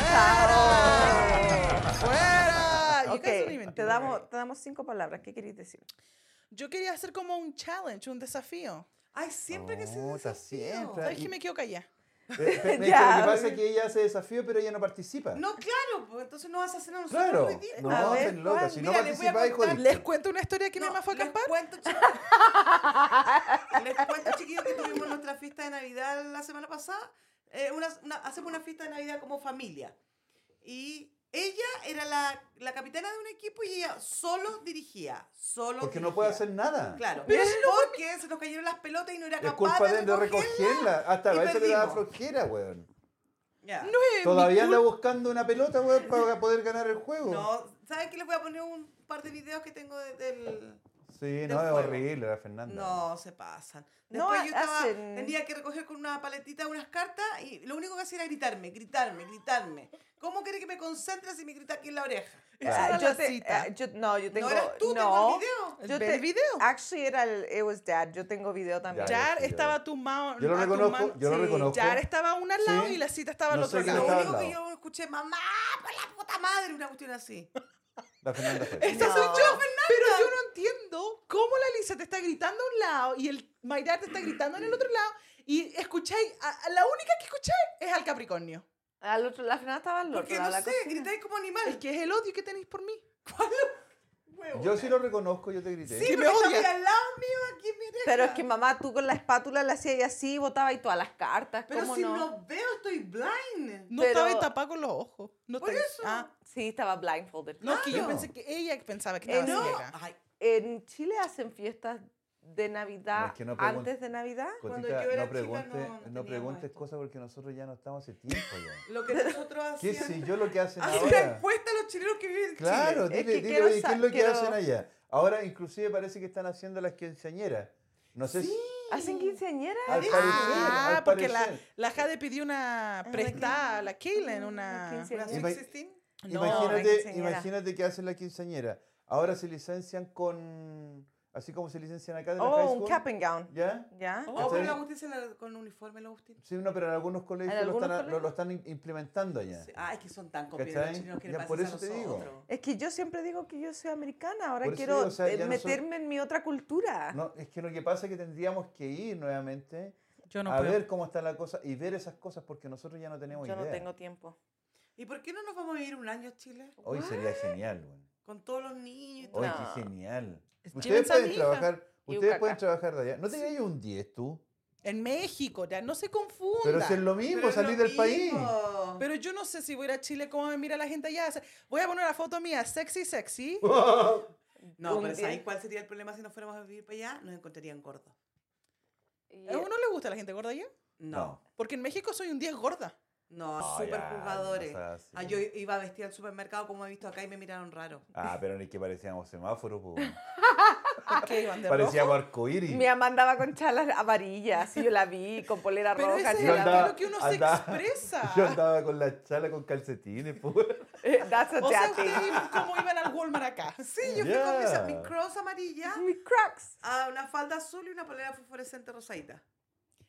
S3: Ah,
S4: ¡Fuera! You
S1: Ok,
S4: guys don't even
S1: te
S4: do that,
S1: damos,
S4: right?
S1: te damos cinco palabras. ¿Qué queréis decir?
S4: Yo quería hacer como un challenge, un desafío.
S2: Ay, siempre que se
S3: Puta,
S2: desafío.
S3: siempre.
S4: ¿Sabes
S3: y-
S4: que me quedo callada?
S3: Eh, eh, pero
S1: Ya,
S3: Lo que pasa
S1: ok.
S3: es que ella hace desafío, pero ella no participa.
S2: No, claro, pues, entonces no vas a hacer a nosotros
S3: claro.
S2: ridículos.
S3: No,
S1: A ver,
S3: estén locas. Si no
S2: Mira, les voy a
S3: participáis,
S2: contar-
S3: jodiste.
S4: Les cuento una historia que mi mamá fue a
S2: les
S4: acampar.
S2: cuento, chiquillos. les cuento, chiquillos, que tuvimos nuestra fiesta de Navidad la semana pasada. Eh, una- una- hacemos una fiesta de Navidad como familia. Y ella era la, la capitana de un equipo y ella solo dirigía. Solo
S3: Porque no puede
S2: dirigía.
S3: hacer nada.
S2: Claro.
S4: Pero
S2: porque se nos cayeron las pelotas y no era
S3: Es
S2: capaz
S3: culpa de,
S2: de,
S3: él de recogerla. Hasta
S2: Y
S3: a veces le daba
S2: perdimos.
S3: flojera, weón.
S2: Ya.
S4: No es mi
S3: Todavía anda
S4: culpa.
S3: buscando una pelota, weón, para poder ganar el juego.
S2: No, ¿saben qué? Les voy a poner un par de videos que tengo de- del...
S3: sí,
S2: del
S3: no, es
S2: juego.
S3: horrible la Fernanda.
S2: No, se pasan.
S1: No,
S2: Después yo estaba,
S1: hacen-
S2: tenía que recoger con una paletita unas cartas y lo único que hacía era gritarme, gritarme, gritarme. ¿Cómo quiere que me concentre si me grita aquí en la oreja?
S4: Esa
S1: Ah,
S4: era
S1: yo
S4: la
S1: te-
S4: cita.
S1: ah, yo- no, yo tengo.
S2: eh, no eras tú, tengo el video.
S1: Yo
S4: Ve
S1: te-
S4: el video.
S1: Actually, era el. It was dad. Yo tengo video también.
S3: Ya,
S4: Jar
S3: yo sí,
S4: estaba tu mano.
S3: Yo lo
S4: a tu
S3: reconozco,
S4: mano-
S3: yo lo
S4: Sí,
S3: reconozco.
S4: Jar estaba a un al lado
S3: Sí.
S4: y la cita estaba al
S3: No
S4: otro
S3: sé quién
S2: Lo
S4: lado.
S3: estaba al
S2: único que
S3: lado.
S2: yo escuché, mamá, por la puta madre, una cuestión así.
S3: La Fernanda fue.
S4: Esta
S1: No.
S4: soy yo, Pero yo no entiendo cómo la Lisa te está gritando a un lado y el My Dad te está gritando en el otro lado y escucháis, a- a la única que escuché es al Capricornio.
S1: Al otro, la final estaba al otro.
S2: Porque
S1: lado
S2: no
S1: de la
S2: sé,
S1: cocina.
S2: gritáis como
S4: Es
S2: animal.
S4: que es el odio que tenéis por mí.
S2: Huevo.
S3: Yo sí lo reconozco, yo te grité.
S2: Sí,
S4: que me
S2: porque
S4: odias.
S2: estaba al lado mío aquí en mi oreja.
S1: Pero es que mamá, tú con la espátula la hacías y así, botaba y todas las cartas.
S2: Pero
S1: ¿cómo
S2: si
S1: no?
S2: no? veo, estoy blind.
S4: No
S1: Pero-
S4: estaba tapada con los ojos. No
S2: Por
S4: te-
S2: eso.
S4: Ah,
S1: Sí, estaba blindfolded.
S4: no, es que yo
S3: Claro.
S4: pensé que ella pensaba que
S1: Eh,
S4: estaba
S2: No.
S4: ciega.
S2: Ay,
S1: En Chile hacen fiestas de Navidad
S3: No, es que no pregun-
S1: antes de Navidad.
S2: Cuando
S3: Cotita,
S2: yo era
S3: no
S2: chica,
S3: preguntes,
S2: no- no
S3: no,
S2: teníamos
S3: preguntes
S2: esto.
S3: cosas porque nosotros ya no estamos hace tiempo ya.
S2: lo que nosotros
S3: ¿Qué
S2: hacíamos.
S3: sé yo lo que hacen
S2: Hace una
S3: ahora?
S2: encuesta a los chilenos que viven en Chile.
S3: Claro,
S1: Chile. Es
S3: dile,
S1: que
S3: dile,
S1: quiero
S3: oye, ¿qué
S1: sa-
S3: es lo que
S1: quiero-
S3: hacen allá? Ahora inclusive parece que están haciendo las quinceañeras. No sé si...
S1: ¿Hacen quinceañera?
S3: Al parecer,
S4: Ah,
S3: al
S4: porque la,
S3: parecer.
S4: la Jade pidió una prestada a la Kaylen, una...
S1: quinceañera.
S2: Una Sweet
S3: Ima-
S2: 16.
S4: No,
S3: Imagínate,
S1: quinceañera.
S3: imagínate que hacen la quinceañera. Ahora se licencian con, Así como se licencian acá de la high
S1: Oh, un
S3: school,
S1: cap and gown.
S3: ¿Ya?
S1: ¿Ya?
S2: Oh,
S3: ¿Cachai?
S2: pero la Agustín se la- con uniforme, la Agustín.
S3: Sí, no, pero en algunos colegios,
S1: algunos
S3: lo, están,
S1: colegios?
S3: Lo, lo están im- implementando ya.
S2: Sí. Ay, que son tan copiados los
S3: ¿Cachai?
S2: chilenos que
S3: Ya,
S2: le
S3: por
S2: pasan a
S3: eso te digo.
S2: nosotros.
S1: Es que yo siempre digo que yo soy americana, ahora
S3: Por eso
S1: quiero
S3: digo, o sea,
S1: eh,
S3: ya no soy-
S1: meterme en mi otra cultura.
S3: No, es que lo que pasa es que tendríamos que ir nuevamente
S4: Yo no
S3: a
S4: puedo.
S3: ver cómo está la cosa y ver esas cosas porque nosotros ya no tenemos
S1: yo
S3: idea.
S1: no tengo tiempo.
S2: ¿Y por qué no nos vamos a ir un año a Chile?
S3: Hoy sería genial, güey.
S2: Con todos los niños y todo.
S3: Hoy
S1: No.
S3: qué genial.
S4: Llévense
S3: Ustedes
S4: a mi
S3: pueden
S4: hija.
S3: trabajar,
S1: Y un
S3: ustedes pueden
S1: caca.
S3: trabajar de allá. ¿No te hay un 10 tú?
S4: En México, ya no se confunda.
S3: Pero si es lo mismo,
S2: Pero es
S3: pues salir
S2: lo
S3: del país.
S2: mismo.
S4: Pero yo no sé si voy a ir a Chile, cómo me mira la gente allá. O sea, Voy a poner la foto mía, sexy, sexy.
S3: Pues,
S2: No,
S1: Un
S2: pero
S1: día-
S2: ¿sabéis cuál sería el problema si nos fuéramos a vivir para allá? Nos encontrarían gordos.
S1: Y,
S4: ¿A uno le gusta la gente gorda allá?
S2: No.
S4: Porque en México soy un 10 gorda.
S2: No,
S3: No, Ah,
S2: super
S3: ya,
S2: jugadores.
S3: no seas así.
S2: Ah, yo iba a vestir al supermercado como he visto acá y me miraron raro.
S3: Ah, pero ni que parecíamos semáforos, po. güey.
S4: ¿Por qué iban de rojo?
S3: parecíamos
S1: eh,
S3: arcoíris.
S1: mi mamá andaba con chalas amarillas, y yo la vi, con polera
S4: Pero
S1: roja.
S4: ese es
S3: Yo
S4: el
S1: chala-
S3: andaba-
S4: lo que uno
S3: andaba-
S4: se expresa.
S3: Yo andaba con la chala con calcetines, po.
S1: Eh, That's a
S4: O sea,
S1: tatting.
S4: ustedes cómo iban al Walmart acá.
S2: Sí, yo fui con mis-
S3: Ya.
S2: mi, cross amarilla,
S1: Mi cracks.
S2: a una falda azul y una polera fosforescente rosadita.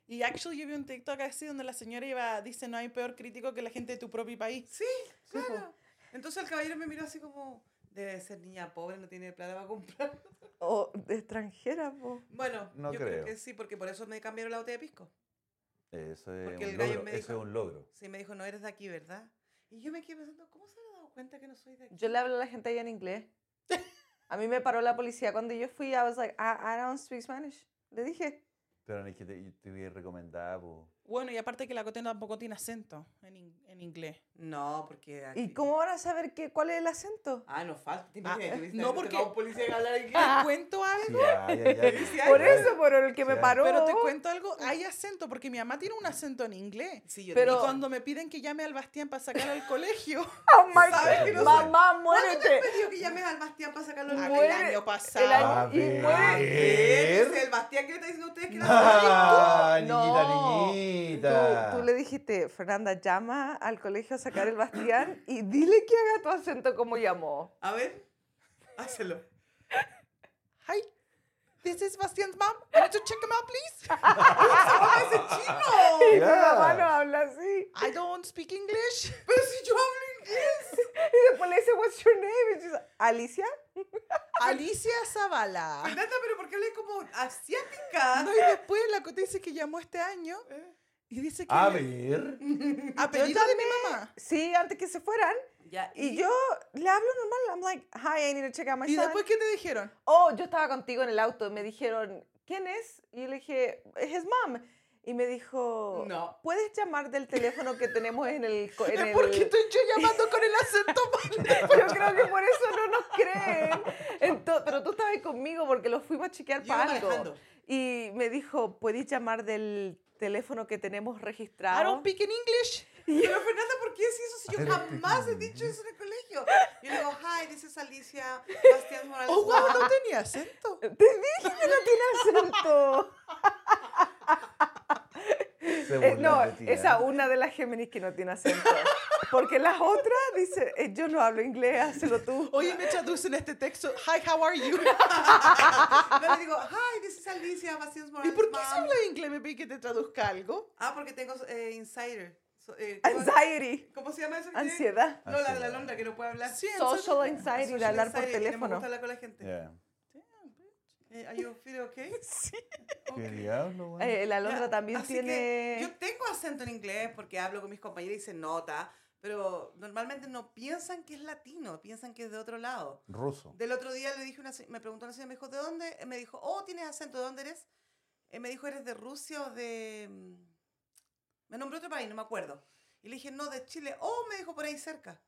S4: Y actually yo vi un TikTok así donde la señora iba, dice, no hay peor crítico que la gente de tu propio país.
S2: Sí, claro. Entonces el caballero me miró así como, debe ser niña pobre, no tiene plata para comprar.
S1: O de extranjera, po.
S2: Bueno,
S3: No
S2: yo creo.
S3: creo.
S2: que sí, porque por eso me cambiaron la botella de pisco.
S3: Eso es
S2: Porque el
S3: un
S2: gallo
S3: logro.
S2: me
S3: Eso
S2: dijo-
S3: es un logro.
S2: Sí, me dijo, no eres de aquí, ¿verdad? Y yo me quedé pensando, ¿cómo se han dado cuenta que no soy de aquí?
S1: Yo le hablo a la gente allá en inglés. A mí me paró la policía cuando yo fui. I was like, "Ah, I, I don't speak Spanish. Le dije,
S3: Pero ni que te, te hubiera recomendado, po.
S4: Bueno, y aparte que la Cote tampoco tiene acento en, in- en inglés.
S2: No, porque aquí...
S1: ¿y cómo van a saber qué, cuál es el acento?
S2: Ah, no falta. ¿Te
S4: Ah,
S2: imaginas? Te hubiese
S4: no,
S2: tocado
S4: porque-
S2: un policía que hablara inglés.
S1: Ah.
S4: Te cuento
S3: Sí,
S4: algo,
S3: ay, ay, ay.
S1: Por eso, por el que me
S3: Sí,
S1: paró.
S4: pero te cuento algo, hay acento, porque mi mamá tiene un acento en inglés.
S2: Sí, yo
S1: Pero-
S4: Y cuando me piden que llame al Bastián para sacar al colegio,
S1: Oh my
S3: ¿Sabes que
S1: God.
S3: no sé?
S1: Mamá,
S2: ¿Cuándo te
S1: muérete.
S2: han pedido que llames al Bastián para sacarlo
S4: Ah,
S2: al
S4: el
S1: Muere-
S4: año
S1: El
S4: pasado.
S1: año-
S3: A
S1: y muere.
S2: ¿Qué?
S3: ver.
S2: ¿Es el Bastián que le está diciendo a ustedes que era
S3: Ah,
S1: tú?
S3: niñita,
S1: No.
S3: niñita.
S1: Tú, tú le dijiste, Fernanda, llama al colegio a sacar el Bastián y dile que haga tu acento como llamó.
S2: A ver, hácelo.
S4: Hi, this is Bastián's mom. I need to check him out, please.
S1: Y mi
S3: Ya.
S1: mamá no habla así.
S4: I don't speak English.
S2: Pero si yo hablo inglés.
S1: Y después le dice, what's your name? Y she's like, Alicia.
S4: Alicia Zavala.
S2: Fernanda, pero ¿por qué hablé como asiática?
S4: No, y después la Cote dice que llamó este año
S1: Eh.
S4: y dice que...
S3: A ver.
S4: Apellido de mi mamá.
S1: Sí, antes que se fueran.
S2: Ya,
S1: Y yo le hablo normal. I'm like, hi, I need to check out my
S4: ¿Y
S1: son.
S4: después qué te dijeron?
S1: Oh, yo estaba contigo en el auto y me dijeron, ¿quién es? Y yo le dije, his mom. Y me dijo,
S2: No.
S1: ¿puedes llamar del teléfono que tenemos en el... co- en
S4: Es porque
S1: el-
S4: estoy yo llamando con el acento mal.
S1: Yo creo que por eso no nos creen. Ento- pero tú estabas ahí conmigo porque lo fuimos a chequear
S2: Yo iba
S1: para algo.
S2: manejando.
S1: Y me dijo, ¿puedes llamar del teléfono que tenemos
S4: I don't
S1: registrado?
S4: speak in English.
S2: Pero Fernanda, ¿por qué es eso si
S3: Ay,
S2: yo
S3: no
S2: jamás
S3: te-
S2: he dicho eso en el colegio? Yo le digo, hi, this is Alicia, Bastián Morales.
S4: Oh, wow, no tenía acento.
S1: Te dije que no tiene acento.
S3: Se
S1: Eh,
S3: burlan
S1: no,
S3: de ti,
S1: esa
S3: ¿eh?
S1: una de las Géminis que no tiene acento. Porque las otras dicen, eh, yo no hablo inglés, hazlo tú.
S4: Oye, me traducen este texto. Hi, how are you?
S2: Yo le digo, hi, this is Alicia, Bastián
S4: ¿Y
S2: Morales.
S4: por qué
S2: mom."
S4: se habla inglés? Me pide que te traduzca algo.
S2: Ah, porque tengo eh, insider. So, eh, ¿cómo-
S1: Anxiety,
S2: ¿Cómo se llama eso? que tiene?
S1: Ah, ansiedad.
S2: No, la, la
S3: Ansiedad.
S2: Londra que no puede hablar. Ah,
S4: Sí,
S1: Social
S4: entonces-
S1: anxiety
S2: Social
S1: de hablar por
S2: anxiety, que No me
S1: teléfono.
S2: gusta hablar con la gente.
S3: Ya.
S2: Eh, are you feel okay?
S1: Sí.
S3: ¿Qué diablo, güey?
S1: Eh, la Londra
S2: Ya,
S1: también
S2: así que
S1: tiene...
S2: Yo tengo acento en inglés porque hablo con mis compañeros y se nota, pero normalmente no piensan que es latino, piensan que es de otro lado.
S3: Ruso.
S2: Del otro día le dije una, se- me preguntó una señora, me dijo, ¿de dónde? Eh, Me dijo, oh, tienes acento, ¿de dónde eres? Eh, me dijo, ¿eres de Rusia o de...? mm, Me nombró otro país, no me acuerdo. Y le dije, no, de Chile. Oh, me dijo, por ahí cerca.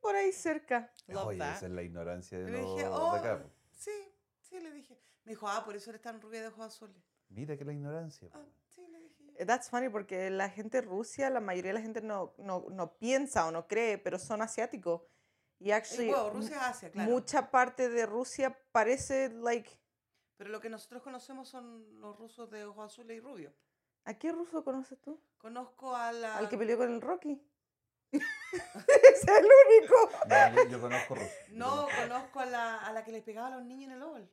S1: Por ahí cerca.
S4: Love
S3: Oye,
S4: that.
S3: esa es la ignorancia de
S2: Le
S3: los
S2: dije,
S3: de
S2: oh,
S3: acá, po.
S2: sí, sí, le dije. Me dijo, ah, por eso eres tan rubia de ojos azules.
S3: Mira que la ignorancia. po.
S2: Ah, sí, le dije. yo.
S1: Eh, That's funny porque la gente Rusia, la mayoría de la gente no, no, no piensa o no cree, pero son asiáticos. Y
S2: Y,
S1: actually,
S2: bueno,
S1: mu-
S2: Rusia es Asia, claro.
S1: mucha parte de Rusia parece like.
S2: Pero lo que nosotros conocemos son los rusos de ojos azules y rubios.
S1: ¿A qué ruso conoces tú?
S2: Conozco a la...
S1: Al que peleó con el Rocky. es el único.
S3: No, yo, yo conozco ruso.
S2: No, conozco a la, a la que les pegaba a los niños en el óvalo.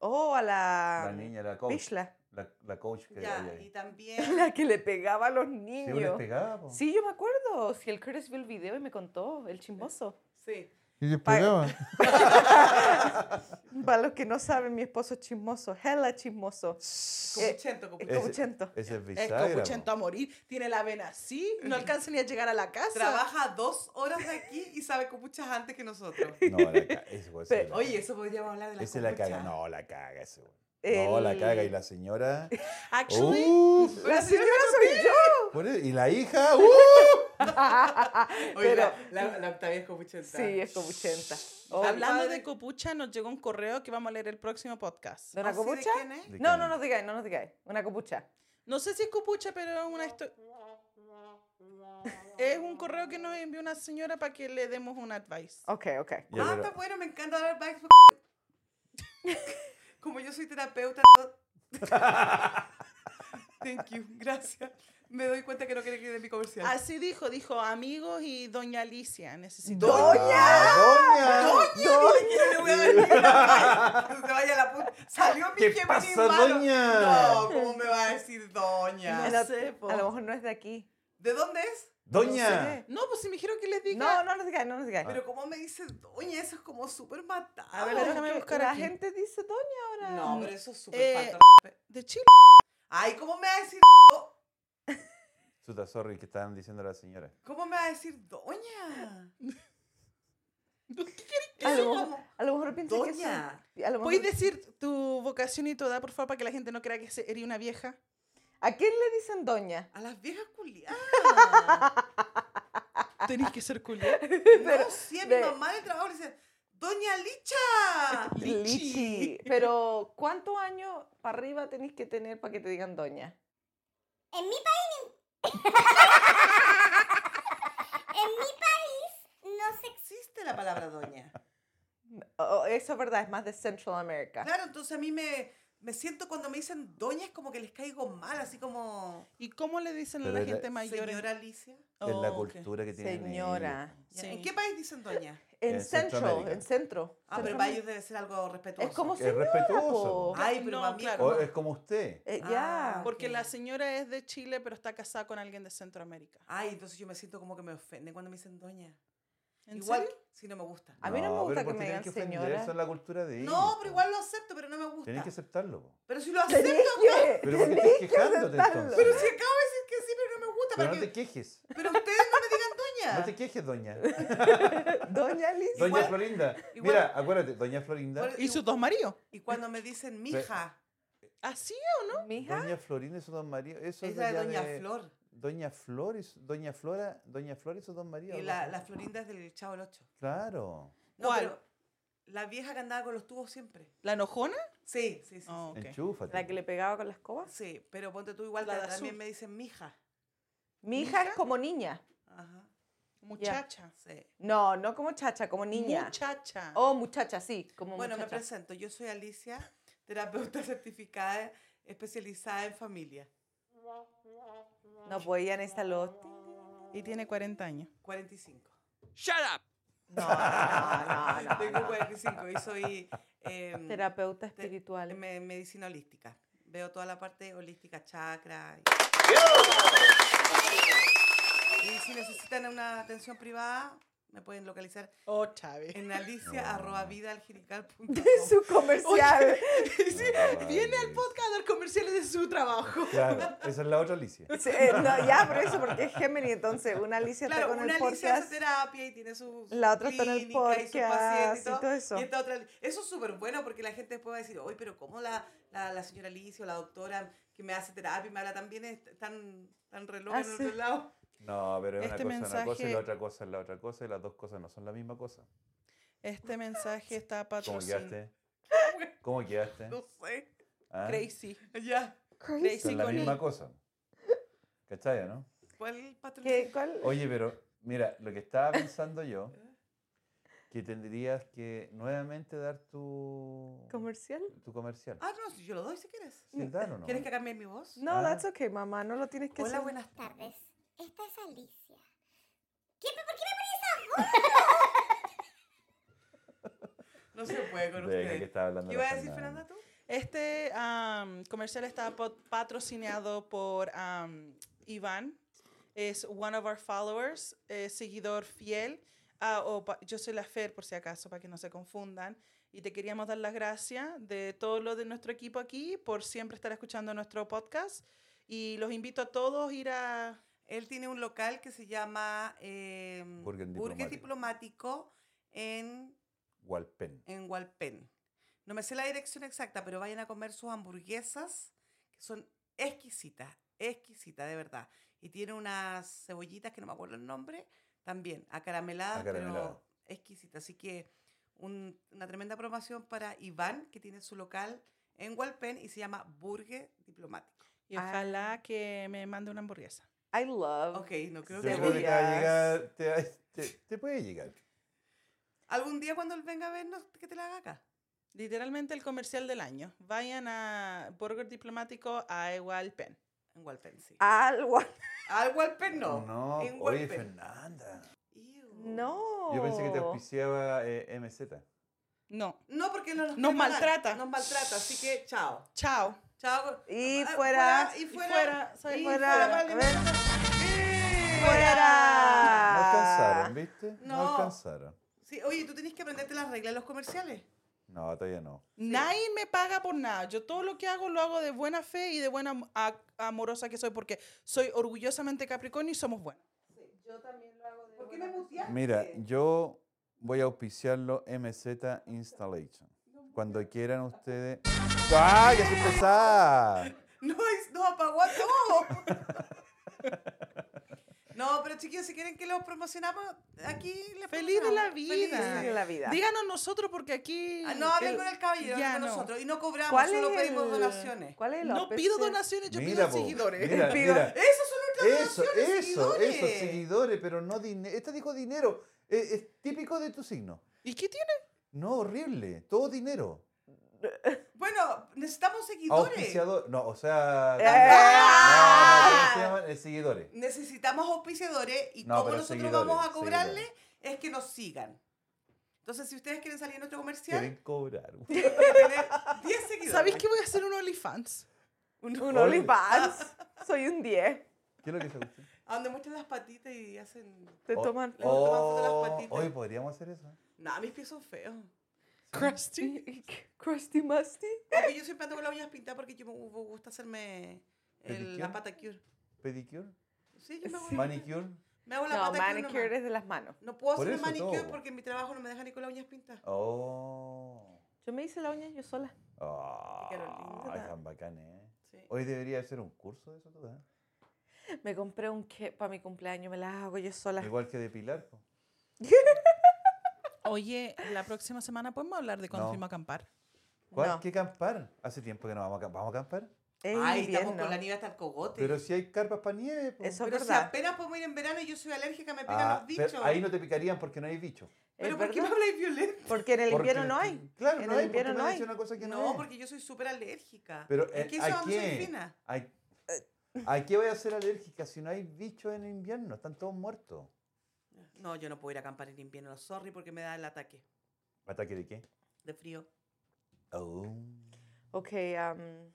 S1: Oh, a la.
S3: La niña, la coach.
S1: Pishla.
S3: La, la coach que había
S2: Ya,
S3: ahí.
S2: y también.
S1: La que le pegaba a los
S3: Sí, una
S1: niños.
S3: pegada, po.
S1: Sí, yo me acuerdo. Si el Curtis vio el video y me contó, el chismoso.
S2: Sí.
S5: Y les
S1: Pa-
S5: pegaba.
S1: Para los que no saben, mi esposo es chismoso. Hella chismoso. Eh,
S2: Copuchento,
S1: Es
S2: copuchento.
S3: Ese-
S1: copuchento.
S3: Ese es
S4: Es
S3: bisagra.
S4: copuchento a morir. Tiene la vena así. No alcanza ni a llegar a la casa.
S2: Trabaja dos horas de aquí y sabe copuchas antes que nosotros.
S3: po. No, la caga. Ese, güey, ese
S1: Pero,
S3: la-
S2: Oye, eso podríamos hablar de la
S3: ese la caga.
S2: caga,
S3: No, la caga ese, güey. No, la
S1: El-
S3: caga. Y la señora.
S4: Actually,
S3: Uf.
S1: La señora soy yo.
S3: Por el- y la hija. ¡uh!
S2: Oye,
S1: Pero-
S2: la, la, la Octavia es copuchenta.
S1: Sí, es copuchenta. Oh,
S4: hablando
S2: padre.
S4: de copucha, nos llegó un correo que vamos a leer el próximo podcast.
S1: ¿De una
S2: ¿Ah, sí? ¿De
S1: copucha?
S2: quién es?
S3: De
S1: No,
S3: caña.
S1: no nos digáis, no nos digáis. Una copucha.
S4: No sé si es copucha, pero es una historia. Es un correo que nos envió una señora para que le demos un advice.
S1: Ok, ok.
S3: Ya,
S2: ah,
S3: pero-
S2: está bueno, me encanta hablar de Bikes for Como yo soy terapeuta. Thank you, gracias. Me doy cuenta que no quiere que de mi comercial.
S4: Así dijo, dijo amigos y doña Alicia. Necesito.
S3: ¡Doña!
S2: ¡Doña! Yo le voy a dar mi advice, que se vaya la puta. Salió mi
S3: ¿Qué
S2: Gemini
S3: pasa,
S2: malo.
S3: doña?
S2: No, ¿cómo me va a decir
S4: No
S2: doña?
S1: Era-
S4: sé, po.
S1: A lo mejor no es de aquí.
S2: ¿De dónde es?
S1: No
S3: ¡Doña!
S1: sé.
S4: No, pues si me dijeron que les
S1: No,
S4: diga.
S1: no nos digáis, no nos digáis.
S2: Pero ¿cómo me dice doña? Eso es como súper matado.
S4: A ver,
S1: Pero
S4: déjame
S1: es que
S4: buscar
S1: La
S4: aquí.
S1: gente dice doña ahora.
S2: No, pero eso es súper
S4: Eh,
S2: falta de respeto.
S4: De Chile.
S2: Ay, ¿cómo me va a decir
S3: Suta, sorry, que estaban diciendo la señora.
S2: ¿Cómo me va a decir doña?
S1: a, lo
S2: Eso es
S1: mejor,
S2: como-
S1: a lo mejor piensa que sí.
S2: Doña.
S1: A, lo mejor-
S4: ¿Puedes decir tu vocación y tu edad, por favor, para que la gente no crea que se- eres una vieja?
S1: ¿A quién le dicen doña?
S2: A las viejas culiadas.
S1: Ah.
S4: Tenés que ser culia.
S2: No, sí, a mi
S1: de-
S2: mamá del trabajo le dice, Doña Licha.
S1: Lichi. Pero, ¿cuántos años para arriba tenéis que tener para que te digan doña?
S6: En mi país. en mi país no se
S2: Existe la palabra doña.
S1: Oh, eso es verdad, es más de Central America.
S2: Claro, entonces a mí me, me siento cuando me dicen doña es como que les caigo mal, así como...
S4: ¿Y cómo le dicen a
S3: Pero
S4: la
S3: es la-
S4: gente mayor? en-
S2: Señora Alicia.
S3: es la
S4: Oh, ok.
S3: cultura que tienen ellos.
S1: Señora.
S2: Ya,
S4: Sí.
S2: ¿En qué país dicen doña?
S1: En,
S3: En
S1: Central,
S3: Centroamérica.
S1: en Centro.
S2: Ah, pero
S1: Centroamérica.
S2: para ellos debe ser algo respetuoso.
S1: Es como
S3: Es
S1: señora,
S3: respetuoso,
S1: po.
S3: po.
S2: Ay, pero
S4: No,
S2: para mí es
S4: claro.
S3: O
S2: como-
S3: Oh, es como usted.
S1: Eh,
S2: Ah.
S1: ya.
S4: Porque
S2: Ok.
S4: la señora es de Chile, pero está casada con alguien de Centroamérica.
S2: Ay, entonces yo me siento como que me ofenden cuando me dicen doña.
S4: ¿En
S2: Igual,
S4: serio?
S2: si no me gusta.
S1: A mí no me
S3: pero
S1: gusta
S3: ¿por
S1: que
S3: qué
S1: me
S3: tienen
S1: digan
S3: ofender?
S1: señora.
S3: Esa es la cultura de ellos.
S2: No, pero
S3: po.
S2: igual lo acepto, pero no me gusta.
S3: Tienes que aceptarlo. po.
S2: Pero si lo acepto,
S1: Tenés que-
S3: Pero ¿por qué
S1: tenés
S3: estás
S1: que
S3: quejándote
S1: aceptarlo.
S3: entonces?
S2: pero si acabo de decir que sí, pero no me gusta.
S3: Pero
S2: ¿para
S3: no
S2: qué?
S3: te quejes.
S2: Pero ustedes no me digan doña.
S3: No te quejes, doña.
S1: Doña Liz.
S3: Doña
S2: Igual-
S3: Florinda.
S2: igual-
S3: Mira, acuérdate, doña Florinda.
S2: Igual-
S4: ¿Y sus dos maridos?
S2: Y cuando me dicen mija,
S4: ¿Así?
S1: Mija.
S3: Doña Florinda y su don María. Eso es
S2: es la de
S3: allá
S2: Doña
S3: de-
S2: Flor.
S3: Doña Flor y su- Doña Flora, Doña Flor y su don María.
S2: Y
S3: algo
S2: la,
S3: así.
S2: la Florinda es del Chavo el Ocho.
S3: Claro.
S2: No,
S4: ¿Cuál?
S2: pero la vieja que andaba con los tubos siempre.
S4: ¿La enojona?
S2: Sí, sí, sí. sí.
S4: Oh, ok.
S3: Enchúfate.
S1: La que le pegaba con las cobas.
S2: Sí, pero ponte tú igual,
S4: La
S2: ta-
S4: de
S2: también
S4: azul.
S2: me dicen mija.
S1: Mi hija es como niña.
S2: Ajá,
S4: Muchacha.
S2: sí.
S1: No, no como chacha, como niña.
S4: Muchacha.
S1: Oh, muchacha, sí, como
S2: Bueno, me
S1: muchacha.
S2: presento. Yo soy Alicia, terapeuta certificada especializada en familia.
S1: No, pues ella necesita los...
S4: Y tiene 40 años.
S2: 45.
S1: No, no, no, no,
S2: Tengo
S1: no.
S2: 45 y soy em,
S1: Terapeuta
S2: te-
S1: espiritual.
S2: me- medicina holística. Veo toda la parte holística, chakra. Y, y si necesitan una atención privada, me pueden localizar
S4: Oh, Chávez.
S2: en alicia.vidaalgirical.com.
S1: Su comercial.
S4: Sí,
S3: Ay.
S4: viene al podcast a dar comerciales de su trabajo.
S3: Claro, esa es la otra Alicia.
S1: Sí, eh, no, ya, pero eso, porque es Gemini, entonces una Alicia
S2: Claro,
S1: está con
S2: una
S1: el
S2: Alicia hace
S1: podcast.
S2: terapia y tiene su, su
S1: La otra está en el
S2: clínica y sus
S1: podcast
S2: pacientes
S1: y todo eso.
S2: y esta otra- eso es súper bueno porque la gente después va a decir, oye, pero ¿cómo la, la, la señora Alicia o la doctora que me hace terapia y me habla también es tan, tan reloj
S1: Ah,
S2: en
S1: sí.
S2: otro lado?
S3: No, pero es
S4: Este
S3: una cosa es una cosa y
S4: mensaje-
S3: la otra cosa es la otra cosa y las dos cosas no son la misma cosa.
S4: Este mensaje está
S3: ¿Cómo
S4: patrocinado.
S3: quedaste? ¿Cómo quedaste?
S2: No sé.
S3: ¿Ah?
S4: Crazy.
S2: Ya.
S4: Crazy
S3: Son la
S4: con
S3: misma
S4: I.
S3: cosa. ¿Cachai, o no?
S2: ¿Cuál patrón?
S1: ¿Qué, cuál?
S3: Oye, pero mira, lo que estaba pensando yo, que tendrías que nuevamente dar tu,
S1: ¿Comercial?
S3: tu comercial.
S2: Ah, no, si yo lo doy si quieres.
S3: Sí, dalo, ¿no?
S2: ¿Quieres que cambie mi voz?
S1: No,
S3: Ah.
S1: that's okay, mamá, no lo tienes que
S2: Hola,
S1: hacer.
S2: buenas tardes.
S6: tardes. Esta es Alicia. ¿Qué, pero ¿Por qué me pones
S2: No se puede con
S3: Venga, que
S2: ustedes.
S3: estaba hablando
S2: ¿Qué
S3: la
S2: iba a decir, Fernanda, tú?
S4: Este am, comercial está po- patrocinado por am, Iván. Es one of our followers, eh, seguidor fiel. Ah, o pa- yo soy la Fer, por si acaso, para que no se confundan. Y te queríamos dar las gracias de todo lo de nuestro equipo aquí por siempre estar escuchando nuestro podcast. Y los invito a todos a ir a...
S2: Él tiene un local que se llama eh,
S3: Burger
S2: Diplomático en,
S3: Walpen.
S2: en Hualpén. No me sé la dirección exacta, pero vayan a comer sus hamburguesas, que son exquisitas, exquisitas, de verdad. Y tiene unas cebollitas que no me acuerdo el nombre, también, acarameladas,
S3: Acarameladas.
S2: pero exquisitas. Así que un- una tremenda promoción para Iván, que tiene su local en Hualpén y se llama Burger Diplomático.
S4: Y
S1: Ah.
S4: ojalá que me mande una hamburguesa.
S1: I love.
S2: Ok, no creo
S3: Yo
S2: que...
S3: creo que te va a
S1: Cebollas.
S3: llegar, te, va- te- te puede llegar.
S2: Algún día cuando él venga a vernos, que te la haga acá.
S4: Literalmente el comercial del año. Vayan a Burger Diplomático a igual pen.
S2: En Walpen, sí.
S1: Al wa-
S2: Al Walpen no.
S3: No,
S2: en
S3: oye,
S2: Walpen.
S3: Fernanda.
S2: Iu.
S1: No.
S3: Yo pensé que te auspiciaba eh, MZ.
S4: No.
S2: No, porque no nos,
S4: Nos
S2: quiere pagar.
S4: maltrata.
S2: Nos maltrata, así que chao.
S4: Chao.
S2: Chao.
S1: Y
S2: Ah,
S1: fuera,
S2: Y
S4: Y
S2: fuera.
S4: fuera, soy-
S2: y
S1: fuera,
S2: fuera,
S1: a
S2: vale,
S1: ver.
S2: manda. Sí.
S1: Fuera.
S3: No alcanzaron, ¿viste?
S2: Ah. No.
S3: no alcanzaron.
S2: Sí, oye, tú tenés que aprenderte las reglas de los comerciales.
S3: No, todavía no.
S4: Nadie me paga por nada. Yo todo lo que hago lo hago de buena fe y de buena am- a- amorosa que soy porque soy orgullosamente Capricornio y somos buenos.
S2: ¿Por qué me muteaste?
S3: Mira, yo voy a auspiciarlo MZ Installation. Cuando quieran ustedes. ¡Ah! ¡Ya soy pesada!
S2: No, es- no apagó a todo. No, pero chiquillos, si quieren que los promocionamos, aquí les
S4: Feliz de la
S2: promocionamos.
S4: vida.
S2: Feliz
S1: Feliz de la vida.
S4: Díganos nosotros porque aquí...
S2: Ah, no hablen
S4: el-
S2: con el caballero,
S4: ya
S2: hablen con
S4: no.
S2: nosotros. Y no cobramos,
S1: ¿Cuál
S2: solo
S1: es
S2: pedimos
S1: el-
S2: donaciones.
S1: ¿Cuál es el
S4: No
S1: OPC?
S4: pido donaciones, yo
S3: Mira,
S4: pido
S3: po,
S4: seguidores.
S3: Mira,
S1: Pido-
S3: mira.
S2: Esas son nuestras
S3: Eso,
S2: donaciones,
S3: eso, eso,
S2: seguidores.
S3: seguidores, pero no dinero. Esta dijo dinero. Es, es típico de tu signo.
S4: ¿Y qué tiene?
S3: No, horrible. Todo dinero.
S2: Bueno, necesitamos seguidores.
S3: Auspiciador. No, o sea.
S1: Eh.
S3: No, no, ¿cómo se llaman? Eh, seguidores.
S2: Necesitamos auspiciadores y
S3: No,
S2: como
S3: pero
S2: nosotros
S3: seguidores,
S2: vamos a cobrarle
S3: seguidores.
S2: es que nos sigan. Entonces, si ustedes quieren salir en otro comercial,
S3: Quieren cobrar.
S2: tienen que tener 10 seguidores.
S4: ¿Sabéis que voy a hacer un OnlyFans?
S1: Un
S3: Oye.
S1: OnlyFans. Soy un 10.
S3: ¿Qué es lo que se gusta?
S2: A donde muestran las patitas y hacen...
S1: Te
S3: Oh.
S1: toman.
S2: Le toman foto a las patitas.
S3: hoy podríamos hacer eso.
S2: No, mis pies son feos.
S4: Krusty.
S1: Krusty Musty.
S2: Porque yo siempre ando con las uñas pintadas porque yo me me gusta hacerme el- la
S3: ¿Pedicure?
S2: pata cure.
S3: Pedicure,
S2: Sí, yo me hago, la-
S3: manicure.
S2: me hago la
S1: No,
S2: pata cure
S1: manicure
S2: nomás.
S1: es de las manos.
S2: No puedo
S3: Por
S2: hacerme
S3: eso
S2: manicure
S3: todo.
S2: porque en mi trabajo no me dejan ni con las uñas pintadas.
S3: Oh.
S1: Yo me hice la uña yo sola.
S3: Ah,
S2: Qué lindo.
S3: ay, tan bacán, ¿eh?
S2: Sí.
S3: Hoy debería hacer un curso de eso, ¿tú, eh?
S1: Me compré un que para mi cumpleaños, me las hago yo sola.
S3: Igual que depilar. po.
S4: Oye, la próxima semana podemos hablar de cuando
S3: No.
S4: fuimos a acampar.
S3: ¿Cuál?
S1: No.
S3: ¿Qué acampar? Hace tiempo que no vamos a acampar. ¿Vamos a acampar?
S1: Es
S2: Ay, estamos
S1: invierno.
S2: con la nieve hasta el cogote.
S3: Pero si hay carpas para nieve. po.
S1: Eso es
S2: Pero si
S1: verdad.
S2: apenas podemos ir en verano y yo soy alérgica, me pegan
S3: Ah,
S2: los
S3: pero
S2: bichos.
S3: ahí no te picarían porque no hay bicho.
S2: ¿Pero
S1: Es
S2: por qué me
S1: verdad.
S2: habláis violento?
S1: Porque en el
S3: Porque-
S1: invierno no hay.
S3: Claro,
S1: En
S3: no
S1: el
S3: hay. porque
S1: invierno
S3: me
S1: no hay.
S3: dice una cosa que no,
S2: No,
S3: es.
S2: porque yo soy súper alérgica.
S3: Pero
S2: es
S3: eh,
S2: que eso
S3: ¿a
S2: no soy
S3: qué?
S2: fina.
S3: ¿A-
S1: Eh.
S3: ¿A qué voy a ser alérgica si no hay bichos en invierno? Están todos muertos.
S2: No, yo no puedo ir a acampar en invierno, sorry, porque me da el ataque
S3: ¿Ataque de qué?
S2: de frío.
S3: Oh.
S1: Ok, um,